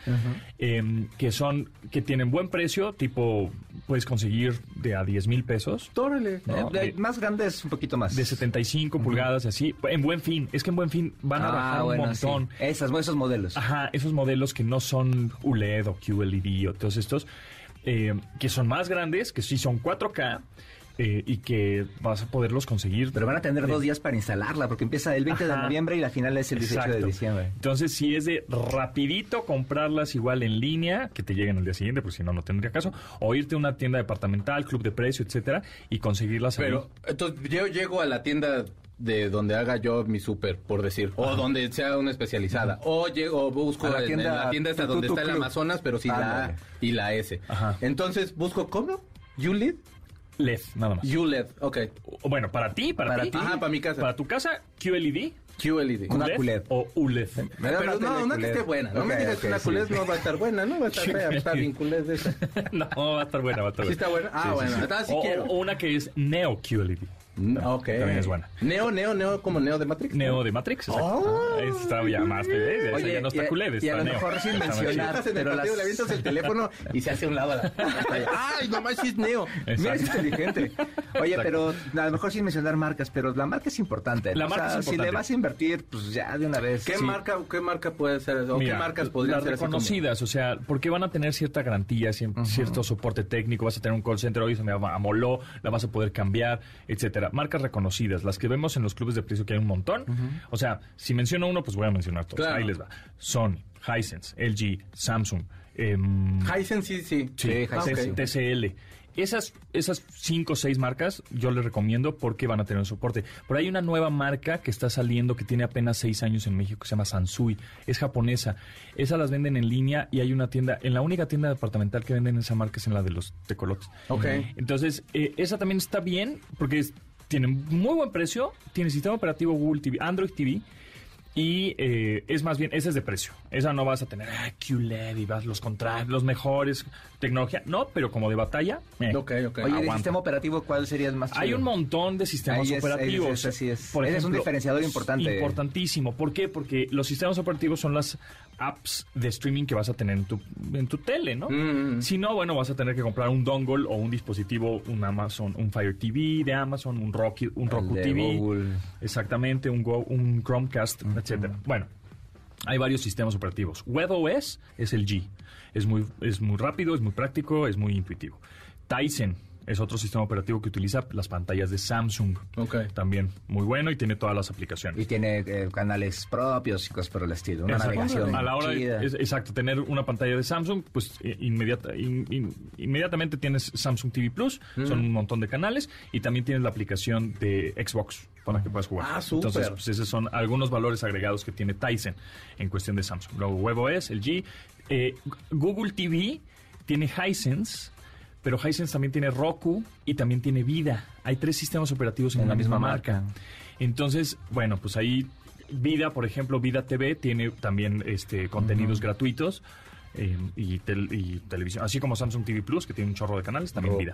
Em, que son, que tienen buen precio, tipo, puedes conseguir de a 10 mil pesos,
Tórale.
No,
Eh, de-
eh,
más grande es un poquito más.
de 75 pulgadas y así. En buen fin, es que en buen fin van a bajar un
Ah, bueno, sí.
montón.
Esas, esos modelos.
Ajá, esos modelos que no son ULED o QLED o todos estos, eh, que son más grandes, que sí son 4K eh, y que vas a poderlos conseguir.
Pero van a tener dos días para instalarla, porque empieza el 20 de
Ajá.
noviembre y la final es el 18 de
Exacto.
diciembre.
Entonces, si es de rapidito comprarlas igual en línea, que te lleguen al día siguiente, porque si no, no tendría caso, o irte a una tienda departamental, club de precio, etcétera, y conseguirlas ahí.
Pero, entonces yo llego a la tienda de donde haga yo mi súper, por decir, o donde sea una especializada, o llego, o busco
A la
en- en
tienda-
la tienda hasta
tu- tu-
donde
tu
está el
club.
Amazonas, pero sí la A
Ándale.
y la S.
Ajá.
Entonces busco, ¿cómo? ¿Yulid?
LED, E nada más.
ULED, ok.
O- Bueno, para ti, para,
Para
ti.
ti.
Ajá, para mi casa.
Para tu casa, E QLED,
QLED.
Una
OLED
QLED.
o ULED.
Me da una
Pero no,
tele
una que
culé.
esté buena. No
Ok,
me digas que
ok,
una
sí.
culés no va a estar buena, no va a estar fea, está bien culés de esa.
No, va a estar buena, va a estar buena.
¿Sí está buena? Ah, bueno, entonces sí
o,
quiero.
o una que es Neo QLED.
ok.
también es buena.
Neo, neo, neo, como neo de Matrix.
Neo de Matrix, exacto. Ah, esa está ya más bebé, esa ya no está
y a-
culé,
y a
está
lo
Neo.
mejor sin
Está más
mencionar-
chido.
Estás en Ah, el
Pero
partido,
las-
le avientas el teléfono y se hace a un lado la pantalla. ¡Ay, nomás sí es neo!
Mira, es
Exacto.
inteligente. Oye,
Exacto.
pero a lo mejor sin mencionar marcas, pero la marca es importante. ¿no?
La
O
marca
sea,
es
Si
importante.
le vas a invertir, pues ya de una vez.
¿Qué,
Sí.
marca, ¿Qué marca puede ser? ¿O
Mira,
qué marcas podrían
las
ser así como-
reconocidas, o sea, porque van a tener cierta garantía, cien- cierto soporte técnico, vas a tener un call center, hoy se me am- amoló, la vas a poder cambiar, etcétera. Marcas reconocidas, las que vemos en los clubes de precio que hay un montón. O sea, si menciono uno, pues voy a mencionar todos.
Claro.
Ahí les va. Sony, Hisense, LG, Samsung, em,
Hisense, sí, sí.
Sí,
Ah, ok.
TC- TCL. Esas, esas cinco o seis marcas yo les recomiendo porque van a tener soporte. Pero hay una nueva marca que está saliendo que tiene apenas seis años en México, que se llama Sansui. Es japonesa. Esas las venden en línea y hay una tienda, en la única tienda departamental que venden esa marca es en la de los tecolotes.
Ok.
Entonces, eh, esa también está bien porque es- tiene muy buen precio, tiene sistema operativo Google TV, Android TV Y eh, es más bien, ese es de precio. Esa no vas a tener ah, QLED y vas los contra los mejores tecnología. No, pero como de batalla. eh,
Ok, ok.
Oye, ¿de
aguanta.
sistema operativo cuál sería el más
Hay
chido?
un montón de sistemas
Ahí es- ahí es-
operativos.
es- así es. Ese es un diferenciador importante.
Importantísimo. ¿Por qué? Porque los sistemas operativos son las apps de streaming que vas a tener en tu, en tu tele, ¿no?
Mm.
Si no, bueno, vas a tener que comprar un dongle o un dispositivo, un Amazon, un Fire TV de Amazon, un Roku, un Roku
de
TV.
Google.
Exactamente, un, Go- un Chromecast, etcétera. Bueno, hay varios sistemas operativos. WebOS es el G. Es muy, es muy rápido, es muy práctico, es muy intuitivo. Tyson es otro sistema operativo que utiliza las pantallas de Samsung.
Ok.
También muy bueno y tiene todas las aplicaciones.
Y tiene eh, canales propios y cosas por el estilo. Una
Exacto.
navegación
A la hora de-
chida.
es- exacto, tener una pantalla de Samsung, pues eh, inmediata, in- in- inmediatamente tienes Samsung TV Plus,
Mm.
son un montón de canales, y también tienes la aplicación de Xbox para que puedas jugar.
Ah, súper.
Entonces, pues esos son algunos valores agregados que tiene Tyson en cuestión de Samsung. Luego WebOS, el G. eh, Google TV tiene Hisense. Pero Hisense también tiene Roku y también tiene Vida. Hay tres sistemas operativos en, la misma marca. Entonces, bueno, pues ahí Vida, por ejemplo, Vida TV tiene también este contenidos gratuitos eh, y, tel- y televisión, así como Samsung TV Plus, que tiene un chorro de canales, también Vida.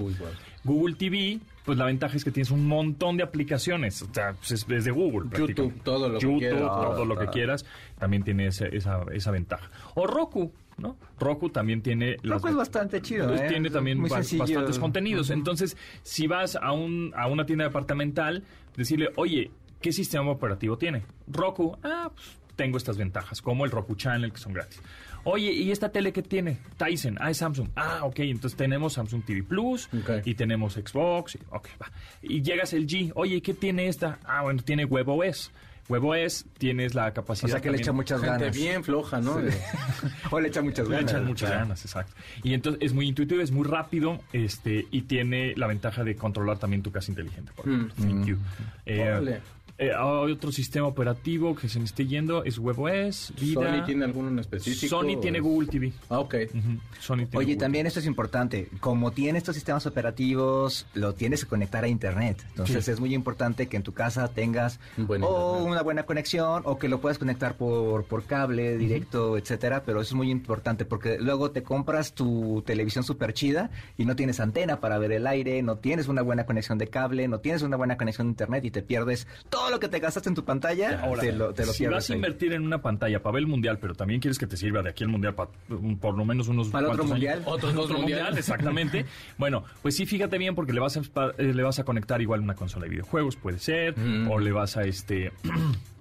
Google TV, pues la ventaja es que tienes un montón de aplicaciones, o sea, pues es, es de Google. prácticamente.
todo lo que
YouTube,
quieras.
todo lo que quieras, también tiene esa, esa, esa ventaja. O Roku, ¿no? Roku también tiene... las
Roku es
ve-
bastante chido, ¿eh?
Tiene también
Muy
ba-
sencillo.
bastantes contenidos. Entonces, si vas a, un, a una tienda departamental, decirle, oye, ¿qué sistema operativo tiene? Roku, ah, pues tengo estas ventajas, como el Roku Channel, que son gratis. Oye, ¿y esta tele que tiene? Tyson, ah, es Samsung. Ah, ok, entonces tenemos Samsung TV Plus
Ok.
y tenemos Xbox. y- ok, va. Y llegas el G, oye, ¿qué tiene esta? Ah, bueno, tiene WebOS. WebOS tienes la capacidad
o sea que le
también-
echa muchas
Gente
ganas.
bien floja, ¿no?
O le echa muchas
le
ganas.
echan muchas
Claro.
ganas, exacto. Y entonces es muy intuitivo, es muy rápido este y tiene la ventaja de controlar también tu casa inteligente. Por ejemplo. Thank you. Eh,
Mm. Órale.
eh, hay otro sistema operativo que se me esté yendo es WebOS, Vida.
¿Sony tiene alguno en específico?
Sony tiene Google TV.
Ah, ok.
Ujú, Sony tiene
Oye,
Google
también esto es importante. Como tiene estos sistemas operativos, lo tienes que conectar a Internet. Entonces
Sí.
es muy importante que en tu casa tengas
Un buen
o
internet.
una buena conexión o que lo puedas conectar por, por cable directo, etcétera. Pero eso es muy importante porque luego te compras tu televisión super chida y no tienes antena para ver el aire, no tienes una buena conexión de cable, no tienes una buena conexión de Internet y te pierdes todo lo que te gastaste en tu pantalla.
Ahora,
te lo, te lo
si
pierdes
vas a
ahí.
invertir en una pantalla para ver el mundial, pero también quieres que te sirva de aquí al mundial pa- mm, por lo menos unos
Para otro
cuantos
mundial.
años.
Otros dos
Otro mundial,
mundiales.
exactamente. bueno, pues sí, fíjate bien porque le vas a pa- eh, le vas a conectar igual una consola de videojuegos, puede ser,
Mm.
o le vas a este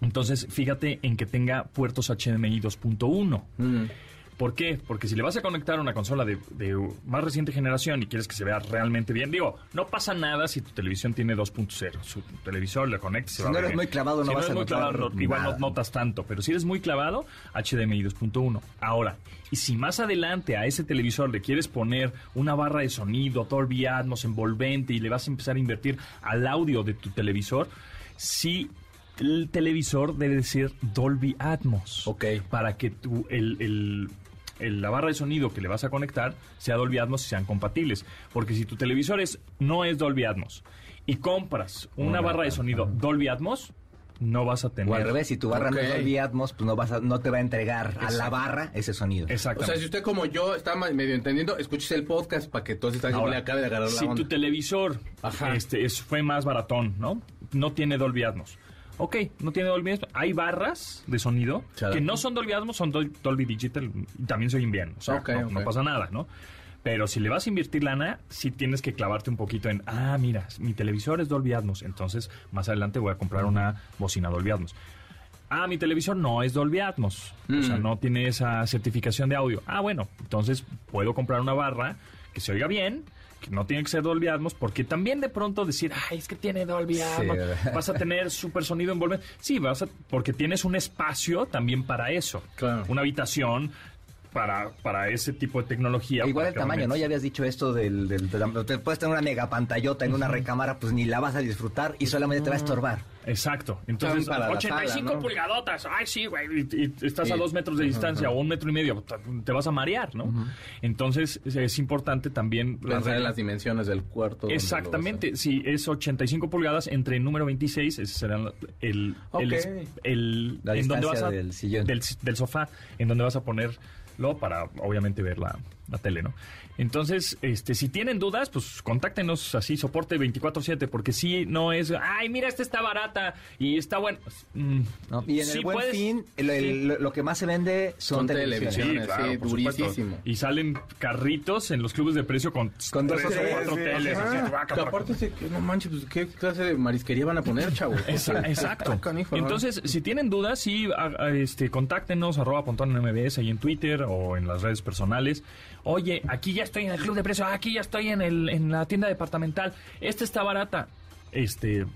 Entonces, fíjate en que tenga puertos HDMI 2.1. ¿Por qué? Porque si le vas a conectar una consola de, de más reciente generación y quieres que se vea realmente bien, digo, no pasa nada si tu televisión tiene 2.0. Su televisor le conectas. y se
Si
va
no
a ver
eres
bien.
muy clavado, no
Si
vas
eres
a
muy
notar
clavado, no- igual no
nada.
notas tanto, pero si eres muy clavado, HDMI 2.1. Ahora, y si más adelante a ese televisor le quieres poner una barra de sonido, Dolby Atmos envolvente y le vas a empezar a invertir al audio de tu televisor, sí el televisor debe ser Dolby Atmos.
Ok.
Para que tú, el, el- el- la barra de sonido que le vas a conectar sea Dolby Atmos y sean compatibles. Porque si tu televisor es, no es Dolby Atmos y compras una barra de sonido Dolby Atmos, no vas a tener.
O al revés, si tu barra no
Ok.
es Dolby Atmos, pues no, vas a- no te va a entregar a la barra ese sonido.
O
Exactamente.
sea, si usted como yo está ma- medio entendiendo, escuche el podcast para que entonces alguien
Ahora,
le acabe de agarrar la
si
onda.
tu televisor
Ajá.
este, es- fue más baratón, ¿no? No tiene Dolby Atmos. Ok, no tiene Dolby Atmos. Hay barras de sonido
Se adaptan.
que no son Dolby Atmos, son Dol- Dolby Digital. y También soy bien. O sea,
Ok,
no,
ok.
no pasa nada, ¿no? Pero si le vas a invertir lana, sí tienes que clavarte un poquito en, ah, mira, mi televisor es Dolby Atmos, entonces más adelante voy a comprar una bocina Dolby Atmos. Ah, mi televisor no es Dolby Atmos. O
Mm.
sea, no tiene esa certificación de audio. Ah, bueno, entonces puedo comprar una barra que se oiga bien, que no tiene que ser Dolby Atmos, porque también de pronto decir, ay, es que tiene Dolby Atmos,
¿verdad?
vas a tener super sonido envolvente. Sí, vas a, porque tienes un espacio también para eso.
Claro.
Una habitación para, para ese tipo de tecnología.
Igual
para
el
que
tamaño, ¿no?
aumente.
Ya habías dicho esto del... del- del- te puedes tener una mega pantallota en una recámara, pues ni la vas a disfrutar y solamente te va a estorbar.
Exacto. Entonces,
Caben para la
85
sala, ¿no?
pulgadotas. Ay, sí, güey. Y, y estás a
Sí.
dos metros de distancia o un metro y medio. Te- Te vas a marear, ¿no? Entonces, es- es importante también
Pensar en las dimensiones del cuarto. donde lo vas a-
Exactamente, si es 85 pulgadas entre el número 26, ese será el, el, el-
Ok.
el-
La
en donde
distancia
vas a-
del sillón.
del, del sofá, en donde vas a ponerlo para obviamente ver la, la tele, ¿no? Entonces, este, si tienen dudas, pues contáctenos así, soporte 24-7, porque si no es, ay, mira, esta está barata y está bueno. Mm,
¿no? Y en
sí
el buen
puedes-
fin, el- el-
sí.
lo, lo que más se vende son,
Son
televisiones.
televisión.
Sí, claro,
sí,
por supuesto.
durísimo.
Y salen carritos en los clubes de precio con,
Con dos
tres
o
o
tres,
cuatro
sí.
teles. así,
Ajá.
vaca,
Que
vaca.
aparte, sí, que no manches, pues, ¿qué clase de marisquería van a poner, chavo?
Esa- Exacto.
Está canijo, ¿no?
Entonces, si tienen dudas, sí, a- a- este, contáctenos, arroba pontón en MBS ahí en Twitter o en las redes personales. Oye, aquí ya estoy en el club de precios, ah, aquí ya estoy en, el, en la tienda departamental, esta está barata. Este,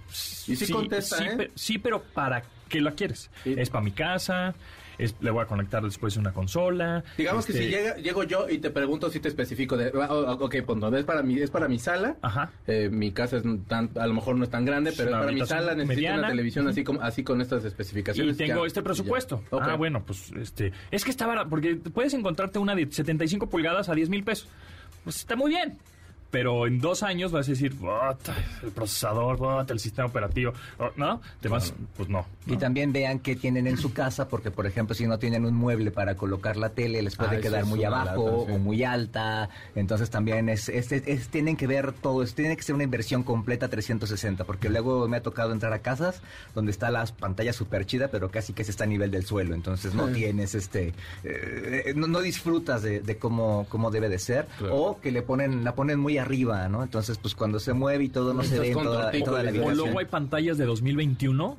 Y sí contesta,
sí,
¿eh?
pe- sí, pero ¿para qué la quieres?
Sí.
Es para mi casa, es- le voy a conectar después una consola.
Digamos que
este,
si llega, llego yo y te pregunto si te especifico de, ah, ok, punto, es para mi, es para mi sala,
Ajá.
Eh, mi casa es tan, a lo mejor no es tan grande, pero
Una
es para mi
habitación
sala necesito
mediana.
una televisión así como, así con estas
Y
especificaciones.
tengo
ya,
este
ya.
presupuesto.
Ok.
Ah, bueno, pues este. Es que está barato, porque puedes encontrarte una de 75 pulgadas a 10 mil pesos. Pues está muy bien. Pero en dos años vas a decir, "Bota, el procesador, bota, el sistema operativo. Oh, ¿No? Te vas, pues no.
Y también vean qué tienen en su casa, porque por ejemplo, si no tienen un mueble para colocar la tele, les
Ah,
puede
eso
quedar
es
muy
una
abajo
lata, sí.
o muy alta. Entonces también es, es- es- es- tienen que ver todo, es- tiene que ser una inversión completa 360, porque luego me ha tocado entrar a casas donde está la pantalla súper chida, pero casi que se está a nivel del suelo. Entonces no tienes este, eh, no, no disfrutas de, de cómo, cómo debe de ser,
Claro.
o que le ponen, la ponen muy arriba, ¿no? Entonces pues cuando se mueve y todo no se
Estás
ve en
con
toda, en
tortícolis,
toda la
¿no?
O
habitación.
luego hay pantallas de 2021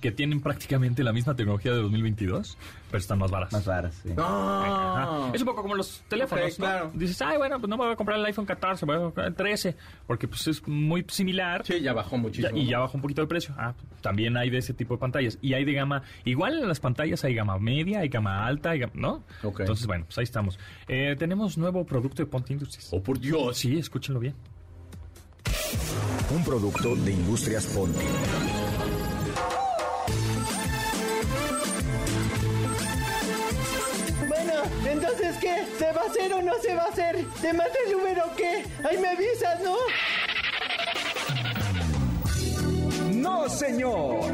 que tienen prácticamente la misma tecnología de 2022, pero están más baratas.
Más raras, sí.
Ajá.
No.
Es un poco como los teléfonos,
Ah. Ok,
¿no?
claro.
Dices, ay, bueno, pues no me voy a comprar el iPhone 14, me voy a comprar el 13, porque pues es muy similar,
Sí, ya bajó
Ya-
muchísimo.
y
¿no?
ya baja un poquito de precio. Ah, también hay de ese tipo de pantallas. Y hay de gama. Igual en las pantallas hay gama media, hay gama alta, hay gama- ¿no?
Ok.
Entonces, bueno, pues ahí estamos. Eh, tenemos nuevo producto de Ponte Industries.
Oh, por Dios.
Sí, escúchenlo bien.
Un producto de Industrias Ponti.
Bueno, entonces qué? ¿Se va a hacer o no se va a hacer? ¿Te mata el número o qué? Ahí me avisas, ¿no?
No, señor.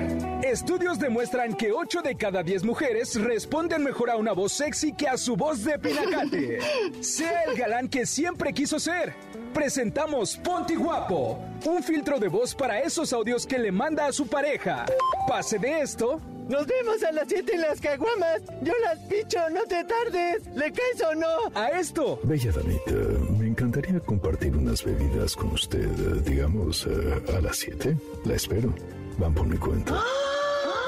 Estudios demuestran que 8 de cada 10 mujeres responden mejor a una voz sexy que a su voz de pinacate. Sea el galán que siempre quiso ser. Presentamos Ponti Guapo, un filtro de voz para esos audios que le manda a su pareja. Pase de esto
Nos vemos a las 7 en las caguamas. Yo las picho, no te tardes. ¿Le caes o no?
a esto.
Bella damita, me encantaría compartir unas bebidas con usted, eh, digamos, eh, a las 7. La espero. Van por mi cuenta.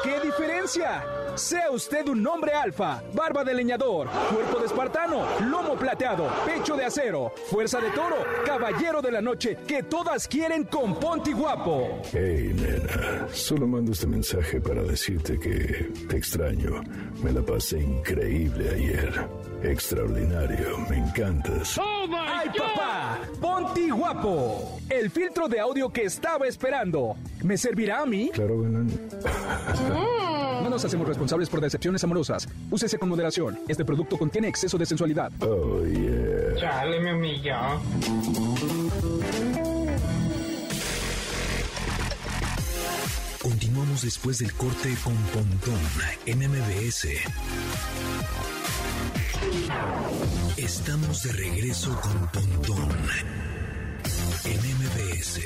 ¿Qué diferencia? Sea usted un hombre alfa, barba de leñador, cuerpo de espartano, lomo plateado, pecho de acero, fuerza de toro, caballero de la noche, que todas quieren con Ponti Guapo.
Hey, nena, solo mando este mensaje para decirte que te extraño. Me la pasé increíble ayer. Extraordinario, me encantas.
¡Ay, papá! Ponti Guapo, el filtro de audio que estaba esperando. ¿Me servirá a mí?
Claro, galán.
No nos hacemos responsables por decepciones amorosas. Úsese con moderación. Este producto contiene exceso de sensualidad.
Oh, yeah.
Chale, me humilló.
Continuamos después del corte con Pontón en MBS. Estamos de regreso con Pontón en MBS.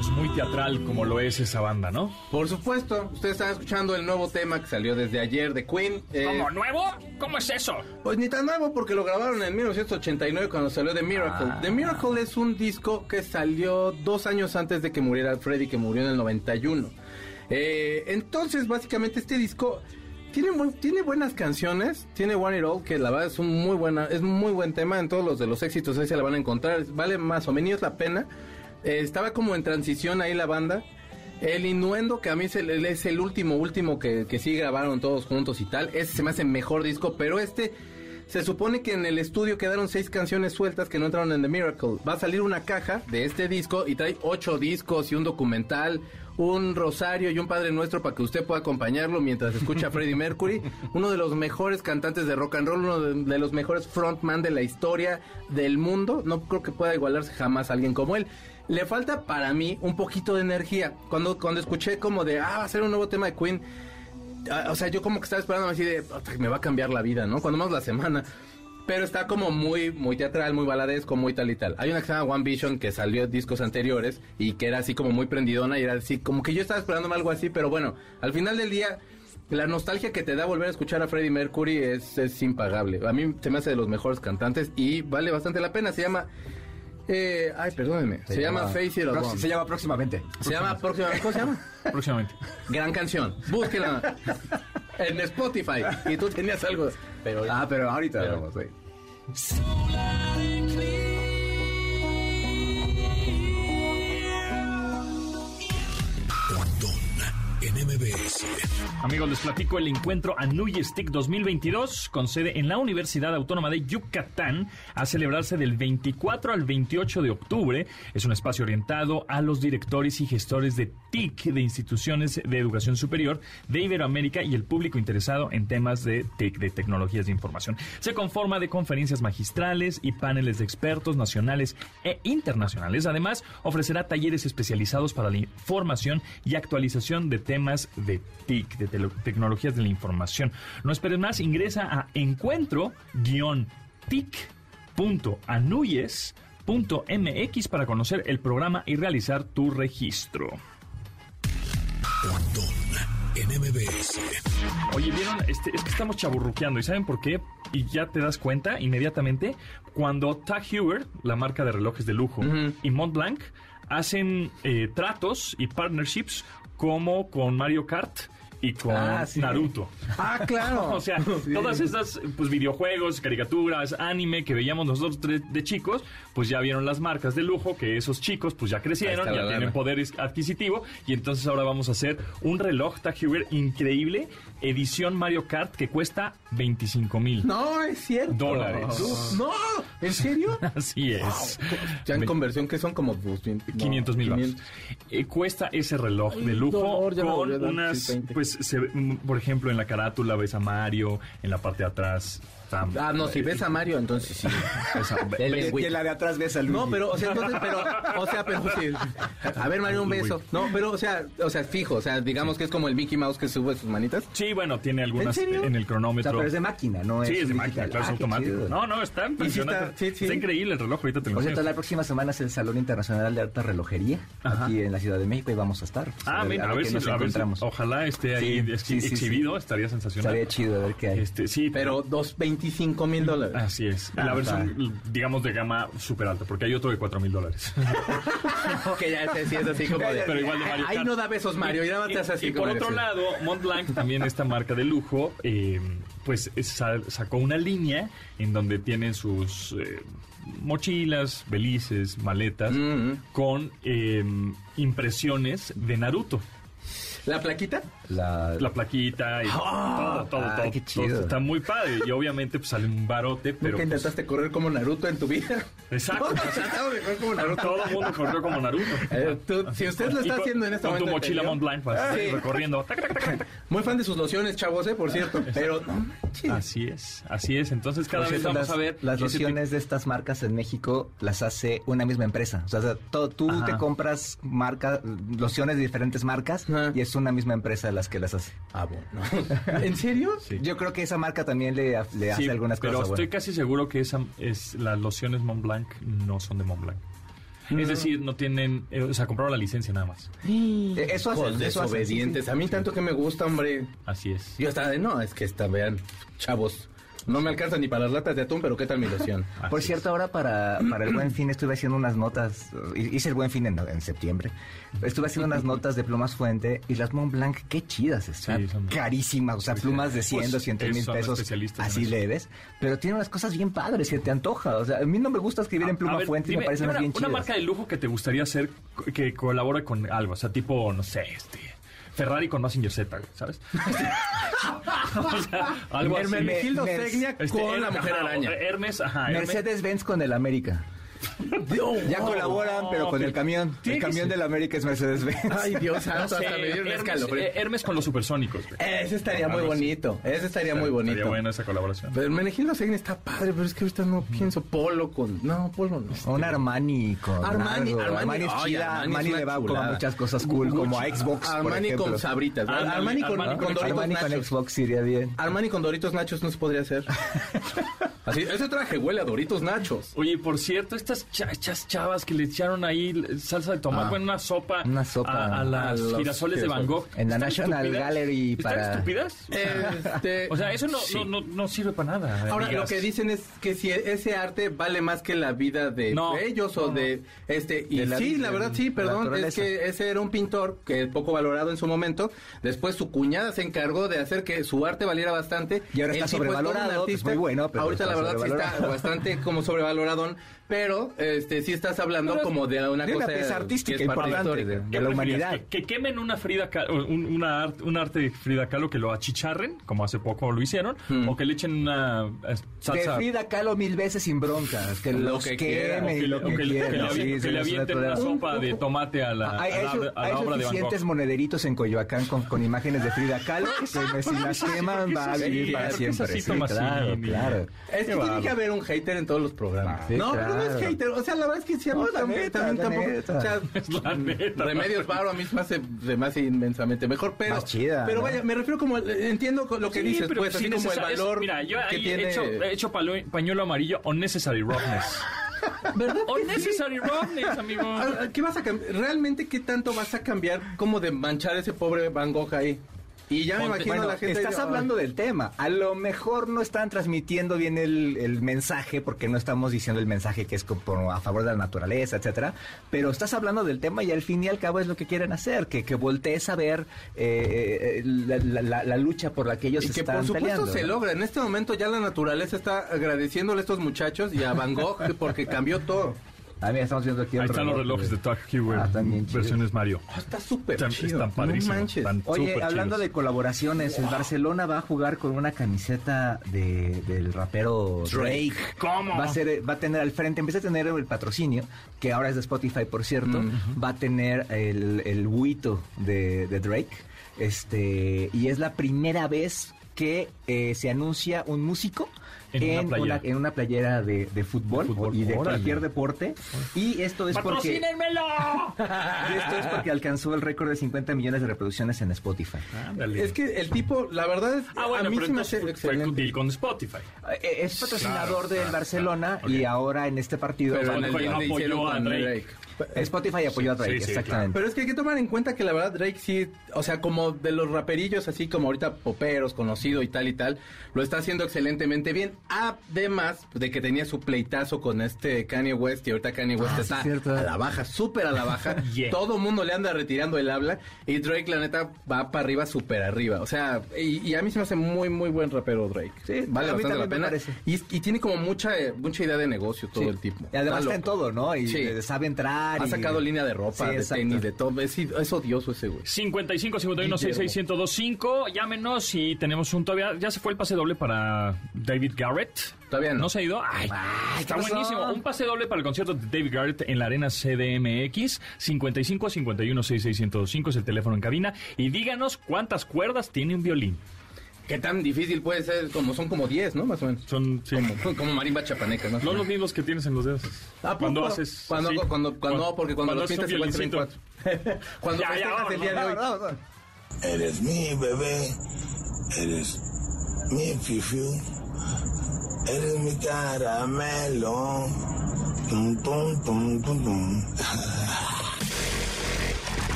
Es muy teatral como lo es esa banda, ¿no?
Por supuesto, ustedes están escuchando el nuevo tema que salió desde ayer de Queen. Eh,
¿Como nuevo? ¿Cómo es eso?
Pues ni tan nuevo porque lo grabaron en 1989 cuando salió The Miracle. The Miracle es un disco que salió dos años antes de que muriera Freddy, que murió en el 91. Eh, entonces, básicamente, este disco tiene, muy- tiene buenas canciones. Tiene One It All, que la verdad es un muy, buena, es muy buen tema. En todos los de los éxitos ahí se la van a encontrar. Vale más o menos la pena. Eh, estaba como en transición ahí la banda. El Innuendo, que a mí es el, es el último, último que, que sí grabaron todos juntos y tal. Ese se me hace mejor disco, pero este Se supone que en el estudio quedaron seis canciones sueltas que no entraron en The Miracle. Va a salir una caja de este disco y trae ocho discos y un documental, un rosario y un Padre Nuestro para que usted pueda acompañarlo mientras escucha a Freddie Mercury, uno de los mejores cantantes de rock and roll, uno de, de los mejores frontman de la historia del mundo. No creo que pueda igualarse jamás a alguien como él. Le falta para mí un poquito de energía. Cuando, cuando escuché como de, ah, va a ser un nuevo tema de Queen. Ah, O sea, yo como que estaba esperando así de, "Puta, me va a cambiar la vida, ¿no? Cuando más la semana. Pero está como muy, muy teatral, muy baladesco, muy tal y tal. Hay una que se llama One Vision que salió en discos anteriores y que era así como muy prendidona y era así, como que yo estaba esperándome algo así, pero bueno, al final del día, la nostalgia que te da volver a escuchar a Freddie Mercury es, es impagable. A mí se me hace de los mejores cantantes y vale bastante la pena. Se llama... eh, ay, perdónenme. Se, llama, Face It or
Prox-
Bomb.
Se llama próximamente.
Se llama próxima. ¿Cómo se llama?
Próximamente.
Gran canción. Búsquela en Spotify. Y tú tenías algo. Pero
Ah, pero ahorita
Pero-
vamos, sí.
Pontón en MBS.
Amigos, les platico el encuentro Anuy Stick 2022 con sede en la Universidad Autónoma de Yucatán a celebrarse del 24 al 28 de octubre. Es un espacio orientado a los directores y gestores de TIC de instituciones de educación superior de Iberoamérica y el público interesado en temas de TIC, de tecnologías de información. Se conforma de conferencias magistrales y paneles de expertos nacionales e internacionales. Además, ofrecerá talleres especializados para la información y actualización de temas de TIC, de tele- tecnologías de la información. No esperes más, ingresa a encuentro-tic.anuyes.mx para conocer el programa y realizar tu registro.
Pontón en MBS.
Oye, ¿vieron? Este, es que estamos chaburruqueando. ¿Y saben por qué? Y ya te das cuenta inmediatamente cuando Tag Heuer, la marca de relojes de lujo, y Montblanc hacen eh, tratos y partnerships como con Mario Kart y con
Ah, sí.
Naruto.
Ah, claro.
O sea,
Sí.
todas estas pues, videojuegos, caricaturas, anime que veíamos nosotros tres de chicos, pues ya vieron las marcas de lujo, que esos chicos pues ya crecieron,
Ahí
ya
está la
tienen
lana.
poder es- adquisitivo y entonces ahora vamos a hacer un reloj Tag Heuer increíble, edición Mario Kart que cuesta 25 mil.
No, es cierto.
Dólares.
No, ¿en serio?
Así es.
Ya en
Ve-
conversión que son como pues, bien- no,
500 mil baros.
500.
Eh, cuesta ese reloj de lujo
dolor, ya me
con
volvió a dar,
unas,
sí, 20.
pues, se ve- mm, por ejemplo, en la carátula ves a Mario, en la parte de atrás. está-
Ah, no, si ves a Mario, entonces sí.
esa-
Él es
Y en la de atrás ves a Luigi.
No, pero, o sea, entonces, pero, o sea, pero sí. A ver, Mario, un beso. No, pero, o sea, o sea, fijo, o sea, digamos que es como el Mickey Mouse que sube sus manitas.
Sí, bueno, tiene algunas
¿En serio?
en el
O sea,
cronómetro.
pero es de máquina, no
sí, es de
digital.
máquina, claro, es
Ah, qué
automático.
chido.
No, no, está impresionante.
sí, sí.
Está increíble el reloj, ahorita te lo
Por cierto,
enseño.
la próxima semana es el Salón Internacional de Alta Relojería
Ajá.
aquí en la Ciudad de México y vamos a estar.
Ah, mira, a ver
qué
si
nos
a ver si-
encontramos.
Ojalá esté ahí
Sí,
ex-
sí, sí, sí.
exhibido, estaría sensacional.
Estaría chido a ver qué hay.
Este, sí,
Pero dos 25 mil dólares.
Así es. La
Ah,
versión, digamos, de gama súper alta, porque hay otro de 4 mil dólares.
que ya te sientes así como de.
Pero igual de Mario
Ahí
Kart.
no da besos, Mario. Y nada más te hace así
y por
como de-
otro lado, Montblanc, también esta marca de lujo, eh, pues sa- sacó una línea en donde tienen sus eh, mochilas, belices, maletas,
Mm.
con eh, impresiones de Naruto.
¿La plaquita?
La-
La plaquita y todo, todo,
ah,
todo,
qué
todo.
chido.
Está muy padre. Y obviamente pues, sale un barote, pero...
¿Nunca
pues,
intentaste correr como Naruto en tu vida?
Exacto.
No, o sea, estaba mejor como Naruto.
Todo el mundo corrió como Naruto.
Eh, tú- si usted lo
Y
está
con-
haciendo en este
con
momento.
tu mochila
¿entendió?
Montblanc, pues,
Ah, sí.
recorriendo. Tac, tac, tac, tac, tac.
Muy fan de sus lociones, chavos, ¿eh? Por cierto. Pero, no manches.
Así es, así es. Entonces cada
Por
vez
cierto,
vamos
las,
a ver
las
ese tipo-
lociones de estas marcas en México las hace una misma empresa. O sea, todo- tú
Ajá.
te compras marcas, lociones de diferentes marcas
Ajá.
y es una misma empresa las que las hace.
Ah, bueno. ¿En serio?
Yo creo que esa marca también le, le
Sí,
hace algunas
pero
cosas.
estoy
buenas.
casi seguro que esa es las lociones Montblanc no son de Montblanc. Es decir, no tienen, eh, o sea, compraron la licencia nada más.
Eh, Eso hace.
Hijos
eso hace, sí, sí.
desobedientes. A mí tanto que me gusta, hombre.
Así es.
Yo estaba de, no, es que esta, vean, chavos. No me alcanza ni para las latas de atún, pero ¿qué tal mi loción?
Así
Por
es.
cierto, ahora para, para el buen fin estuve haciendo unas notas, eh, hice el buen fin en, en septiembre, estuve haciendo unas notas de plumas fuente y las Mont Blanc, qué chidas están,
Sí, son-
carísimas, o sea, plumas de 100,
Pues,
200 mil
son
pesos,
especialistas en
así
eso.
leves, pero tienen unas cosas bien padres que te antoja, o sea, a mí no me gusta escribir en
A-
pluma
a ver,
fuente, y
dime,
me parecen
dime
más
una,
bien
una
chidas.
marca de lujo que te gustaría hacer co- que colabore con algo, o sea, tipo, no sé, este Ferrari con Massinger Z, güey, ¿sabes? o sea, algo así.
Hermenegildo
Mer-
Zegna
Este, eh,
con la
Her-
mujer
ajá,
araña.
Hermes, ajá. Hermes.
Mercedes-Benz con el América. ya colaboran,
no,
pero con el camión.
tiene
El
que
camión
ser.
del América es Mercedes-Benz.
Ay, Dios
No
santo,
sé,
hasta me dio un
Hermes,
escalofrío.
eh, Hermes con los supersónicos, güey.
Ese estaría muy
Algo así.
bonito. Ese estaría muy
Sería
bonito.
buena esa colaboración.
Pero Hermenegildo Segna está padre, pero es que ahorita no pienso polo con... No, polo no.
Un Armani con
Armani,
algo.
Armani,
Armani es
ay,
chida.
Armani es
Armani
una
le va como a
chulada.
muchas cosas cool, como a Xbox, por
Armani
ejemplo.
con sabritas. ¿no?
Ándale,
Armani con,
Armani
con
con
Doritos
Armani con
nachos.
Xbox iría bien.
Armani con Doritos Nachos no se podría hacer. Así, ese traje huele a Doritos Nachos.
Oye, por cierto, estas cha- estas chavas que le echaron ahí salsa de tomate,
Ah.
bueno, una sopa,
Una sopa.
a, a las
A los
girasoles de Van Gogh.
En la
¿Están
National
estúpidas?
Gallery
¿Están
para-
estúpidas?
Este,
O sea, eso no,
sí.
no, no, no sirve para nada.
Ahora,
amigas.
lo que dicen es que si e-, ese arte vale más que la vida de
No.
ellos o de este. Y
De la-
sí,
de
la verdad, sí,
la
perdón. es
naturaleza.
que ese era un pintor que poco valorado en su momento. Después su cuñada se encargó de hacer que su arte valiera bastante.
Y ahora
El
está
tipo es todo un
sobrevalorado, pues,
artista.
muy bueno, pero
Ahorita la
está
verdad sí está
sobrevalorado.
bastante como sobrevaloradón. Pero este sí estás hablando
Pero es-
como de una
de una
cosa.
pieza artística
que es parte
importante,
histórica.
de-
¿Qué
la
prefieres?
humanidad.
Que, que quemen una Frida Kahlo, un, una art- un arte de Frida Kahlo que lo achicharren, como hace poco lo hicieron, o que le echen una eh,
De
salsa.
Frida Kahlo mil veces sin broncas. Que
Lo
los
que quiera,
quemen
o que,
y lo
o que
que
le- que le
quieran.
avien-
Sí,
que
sí,
le
es
avienten una
natural.
sopa de tomate a la,
Hay,
a la-
hay, su-
a la
hay
obra de Van
suficientes
Gogh.
monederitos en Coyoacán con, con imágenes de Frida Kahlo que si las queman va a
Sí,
vivir
claro
para
que
siempre.
eso sí,
Sí,
Tomasini.
claro, claro.
Es que tiene que haber un hater en todos los programas.
Ah, Sí,
no, pero no es
claro.
hater. O sea, la verdad es que si a mí
No, la
también,
neta,
también
la
tampoco.
neta.
O sea,
La neta.
Remedios Varo a mí se me hace, se me hace inmensamente mejor, pero.
Más chida,
Pero
¿no?
vaya, me refiero como. eh, Entiendo lo que
Sí,
dices,
pero
pues,
sí
así como el
necesar- es-
valor.
Mira, yo
que
ahí
tiene.
he hecho, he hecho palo- pañuelo amarillo unnecessary roughness. ¿Verdad? Unnecessary roughness, amigo.
Ah, ¿Qué vas a cambiar? ¿Realmente qué tanto vas a cambiar como de manchar ese pobre Van Gogh ahí? Y ya me
Ponte-
imagino
Bueno,
a la gente.
estás
ay,
hablando del tema. A lo mejor no están transmitiendo bien el, el mensaje porque no estamos diciendo el mensaje que es como a favor de la naturaleza, etcétera. Pero estás hablando del tema y al fin y al cabo es lo que quieren hacer, que, que voltees a ver eh, eh, la, la- la- la lucha por la que ellos
Y que
están
por supuesto
peleando,
se
¿no?
logra. En este momento ya la naturaleza está agradeciéndole a estos muchachos y a Van Gogh porque cambió todo.
Ah, mira, estamos viendo aquí el
Ahí están los
reloj,
relojes de
güey.
Tag Heuer,
Ah, están bien chidos.
versiones Mario.
Ah, Está súper
Están,
chido.
están padrísimos.
No manches.
están
Oye,
súper
hablando
chidos.
de colaboraciones, el Barcelona va a jugar con una camiseta de- del rapero Drake.
¿Cómo?
Va a, ser, va a tener al frente, empieza a tener el patrocinio, que ahora es de Spotify, por cierto, va a tener el, el huito de, de Drake. Este, y es la primera vez que eh, se anuncia un músico
En
en,
una
una,
playera.
en una playera de, de fútbol,
De fútbol,
y de
órale.
cualquier deporte. Y esto es porque.
Ah,
Y esto es porque alcanzó el récord de 50 millones de reproducciones en Spotify.
Ándale.
Es que el tipo, la verdad es.
Ah, bueno,
a mí
pero
se me
entonces
hace
fue- fue
excelente.
deal con Spotify.
Eh, Es patrocinador
Claro,
del
claro,
Barcelona
claro. Ok.
y ahora en este partido
Pero en
Spotify
el-
no
le hicieron
apoyó a
con
Drake.
Spotify apoyó a
Sí,
Drake,
sí,
exactamente.
Pero es que hay que tomar en cuenta que la verdad Drake sí, o sea, como de los raperillos así como ahorita poperos, conocido y tal y tal, lo está haciendo excelentemente bien. Además de que tenía su pleitazo con este Kanye West y ahorita Kanye West
Ah, sí,
está
es cierto.
a la baja, súper a la baja.
Yeah.
Todo mundo le anda retirando el habla y Drake la neta va para arriba, súper arriba. O sea, y, y a mí se me hace muy, muy buen rapero Drake.
Sí,
vale
a mí
bastante la
también me
pena.
parece.
Y, y tiene como mucha, eh, mucha idea de negocio todo
Sí.
el tipo.
Y además está
Está
en
loco.
todo, ¿no? Y
Sí.
eh, sabe entrar.
Ha
y-
sacado línea de ropa,
Sí,
de
exacto.
tenis, de todo. Es, es odioso ese güey.
55 51 66
Guillermo.
1025 llámenos y tenemos un todavía ya se fue el pase doble para David Garrett
Todavía no.
no se ha ido ay, está
pasó?
buenísimo un pase doble para el concierto de David Garrett en la arena CDMX 55 51 66 1025 es el teléfono en cabina y díganos cuántas cuerdas tiene un violín
¿Qué tan difícil puede ser? Como son como 10, ¿no? Más o menos.
son sí,
Como, como marimba chapaneca, ¿no? Ah,
no los mismos que tienes en los dedos
¿A poco?
cuando haces
Cuando,
así.
cuando, cuando- no, porque cuando, los
haces un
pintas igual se ven
violincito.
cuatro. Cuando
Ya, ya,
festejas el día de hoy.
No, no, no.
Eres mi bebé, eres mi fifiu, eres mi caramelo. Tum, tum, tum, tum, tum.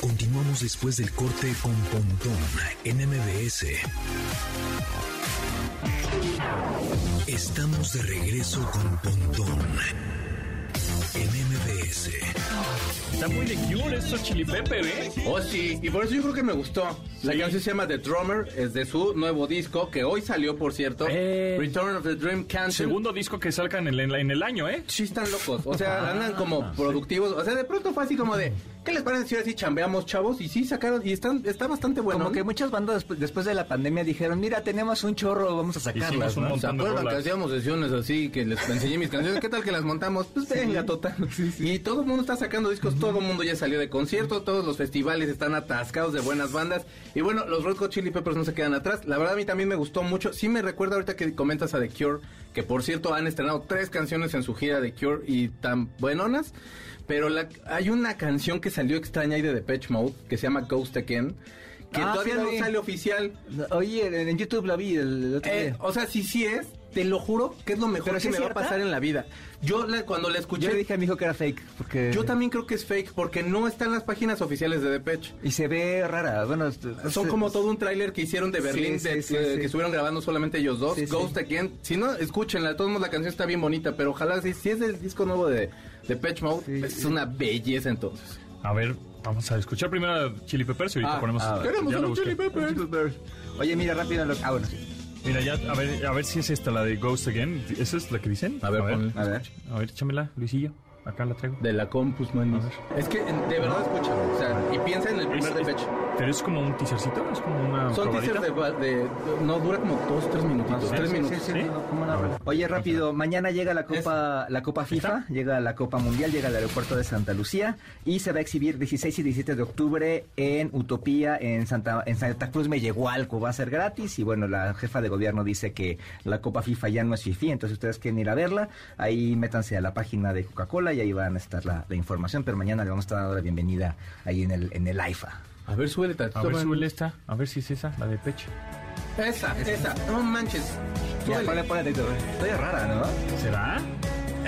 Continuamos después del corte con Pontón en MBS. Estamos de regreso con Pontón en MBS.
está muy de cure estos chili pepper eh
Oh, sí. Y por eso yo creo que me gustó. La
Sí.
canción se llama The Drummer, es de su nuevo disco, que hoy salió, por cierto.
Eh.
Return of the Dream Cancel.
segundo disco que salgan en, el- en el año eh Ah,
Sí están locos, o sea, andan como productivos, o sea, de pronto fue así como de, ¿Qué les parece si ahora sí chambeamos, chavos? Y sí sacaron, y están, está bastante bueno.
Como que muchas bandas desp- después de la pandemia dijeron, mira, tenemos un chorro, vamos a sacarlas,
Hicimos un
¿no?
¿Se
montón de
acuerdan que
rolas.
hacíamos sesiones así, que les enseñé mis canciones? ¿Qué tal que las montamos? Pues venga, total. Y todo el mundo está sacando discos, todo el mundo ya salió de conciertos, todos los festivales están atascados de buenas bandas. Y bueno, los Red Hot Chili Peppers no se quedan atrás. La verdad a mí también me gustó mucho. Sí me recuerda ahorita que comentas a The Cure, que por cierto han estrenado tres canciones en su gira de Cure y tan buenonas. Pero la- hay una canción que salió extraña ahí de Depeche Mode, que se llama Ghost Again, que
Ah,
todavía
sí la
no
vi.
sale oficial.
Oye, en- en YouTube la vi el, el otro
Eh,
día.
o sea, si sí es, te lo juro que es lo mejor
¿Pero
que
sí
me
es
va a
cierta?
pasar en la vida. Yo la- cuando la escuché,
Yo
yo,
le dije eh. a mi hijo que era fake, porque...
también creo que es fake porque no está en las páginas oficiales de Depeche.
Y se ve rara, bueno...
Son como todo un tráiler que hicieron de
Sí,
Berlín,
sí,
de-
sí,
eh,
sí.
que estuvieron grabando solamente ellos dos.
Sí, sí.
Ghost Again. Si no, escúchenla. de Todos modos, la canción está bien bonita, pero ojalá si, si es del disco nuevo de Depeche Mode,
Sí,
pues,
sí.
es una belleza entonces.
A ver, vamos a escuchar primero a Chili Peppers y ahorita
Ah,
ponemos.
a ver. Queremos
ya
a
lo
los
busqué.
Chili Peppers.
Oye, mira, rápido... lo- Ah, bueno, sí.
Mira, ya, a ver, a ver si es esta, la de Ghost Again. ¿Esa es la que dicen?
A ver, ponle.
A ver.
a ver, échamela, Luisillo. Acá la traigo.
De la Compus Manis. Es que de verdad escúchala. O sea, y piensa en el primer Depeche.
Pero es como un teasercito, es como una.
Son
probadita?
teasers de, ba- de- No, dura como dos, tres minutitos.
Ah, sí,
tres
sí,
minutos.
¿Sí?
no, como una rola. Oye, rápido, mañana llega la Copa, la Copa FIFA, llega la Copa Mundial, llega al aeropuerto de Santa Lucía y se va a exhibir 16 y 17 de octubre en Utopía, en Santa, en Santa Cruz Mellehualco, va a ser gratis y bueno, la jefa de gobierno dice que la Copa FIFA ya no es FIFA, entonces ustedes quieren ir a verla, ahí métanse a la página de Coca-Cola y ahí van a estar la, la información, pero mañana le vamos a estar dando la bienvenida ahí en el, en el AIFA.
A ver, súbele tantito.
A ver,
man.
súbele esta, a ver si es esa, la de Peche.
Esa, esa. No manches.
Ya,
Súbele.
ponle- ponle atento, estoy rara, ¿no?
¿Será?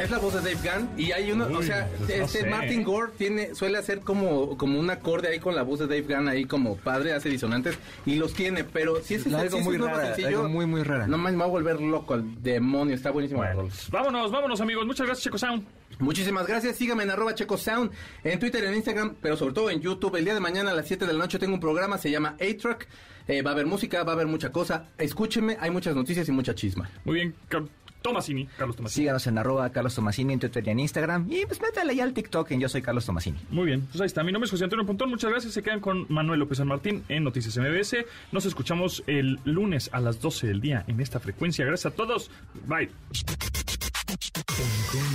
Es la voz de Dave Gunn y hay uno, o
Uy,
sea,
pues, no
este
sé.
Martin Gore tiene, suele hacer como, como un acorde ahí con la voz de Dave Gunn ahí como padre, hace disonantes y los tiene, pero si es,
La
si
algo
es
muy
nuevo
rara, algo muy, muy rara.
No más me va a volver loco al demonio, está buenísimo. la
Bueno,
rola.
pues, vámonos, vámonos, amigos. Muchas gracias, Checo Sound.
Muchísimas gracias. Sígame en arroba checosound, en Twitter, en Instagram, pero sobre todo en YouTube. El día de mañana a las 7 de la noche tengo un programa, se llama A-Track. Eh, va a haber música, va a haber mucha cosa. Escúcheme, hay muchas noticias y mucha chisma.
Muy bien, Car- Tomasini, Carlos Tomasini.
Síganos en arroba Carlos Tomasini en Twitter y en Instagram. Y pues métale ya al TikTok en Yo Soy Carlos Tomasini.
Muy bien, pues ahí está. Mi nombre es José Antonio Pontón. Muchas gracias. Se quedan con Manuel López San Martín en Noticias MBS. Nos escuchamos el lunes a las 12 del día en esta frecuencia. Gracias a todos. Bye.
Pontón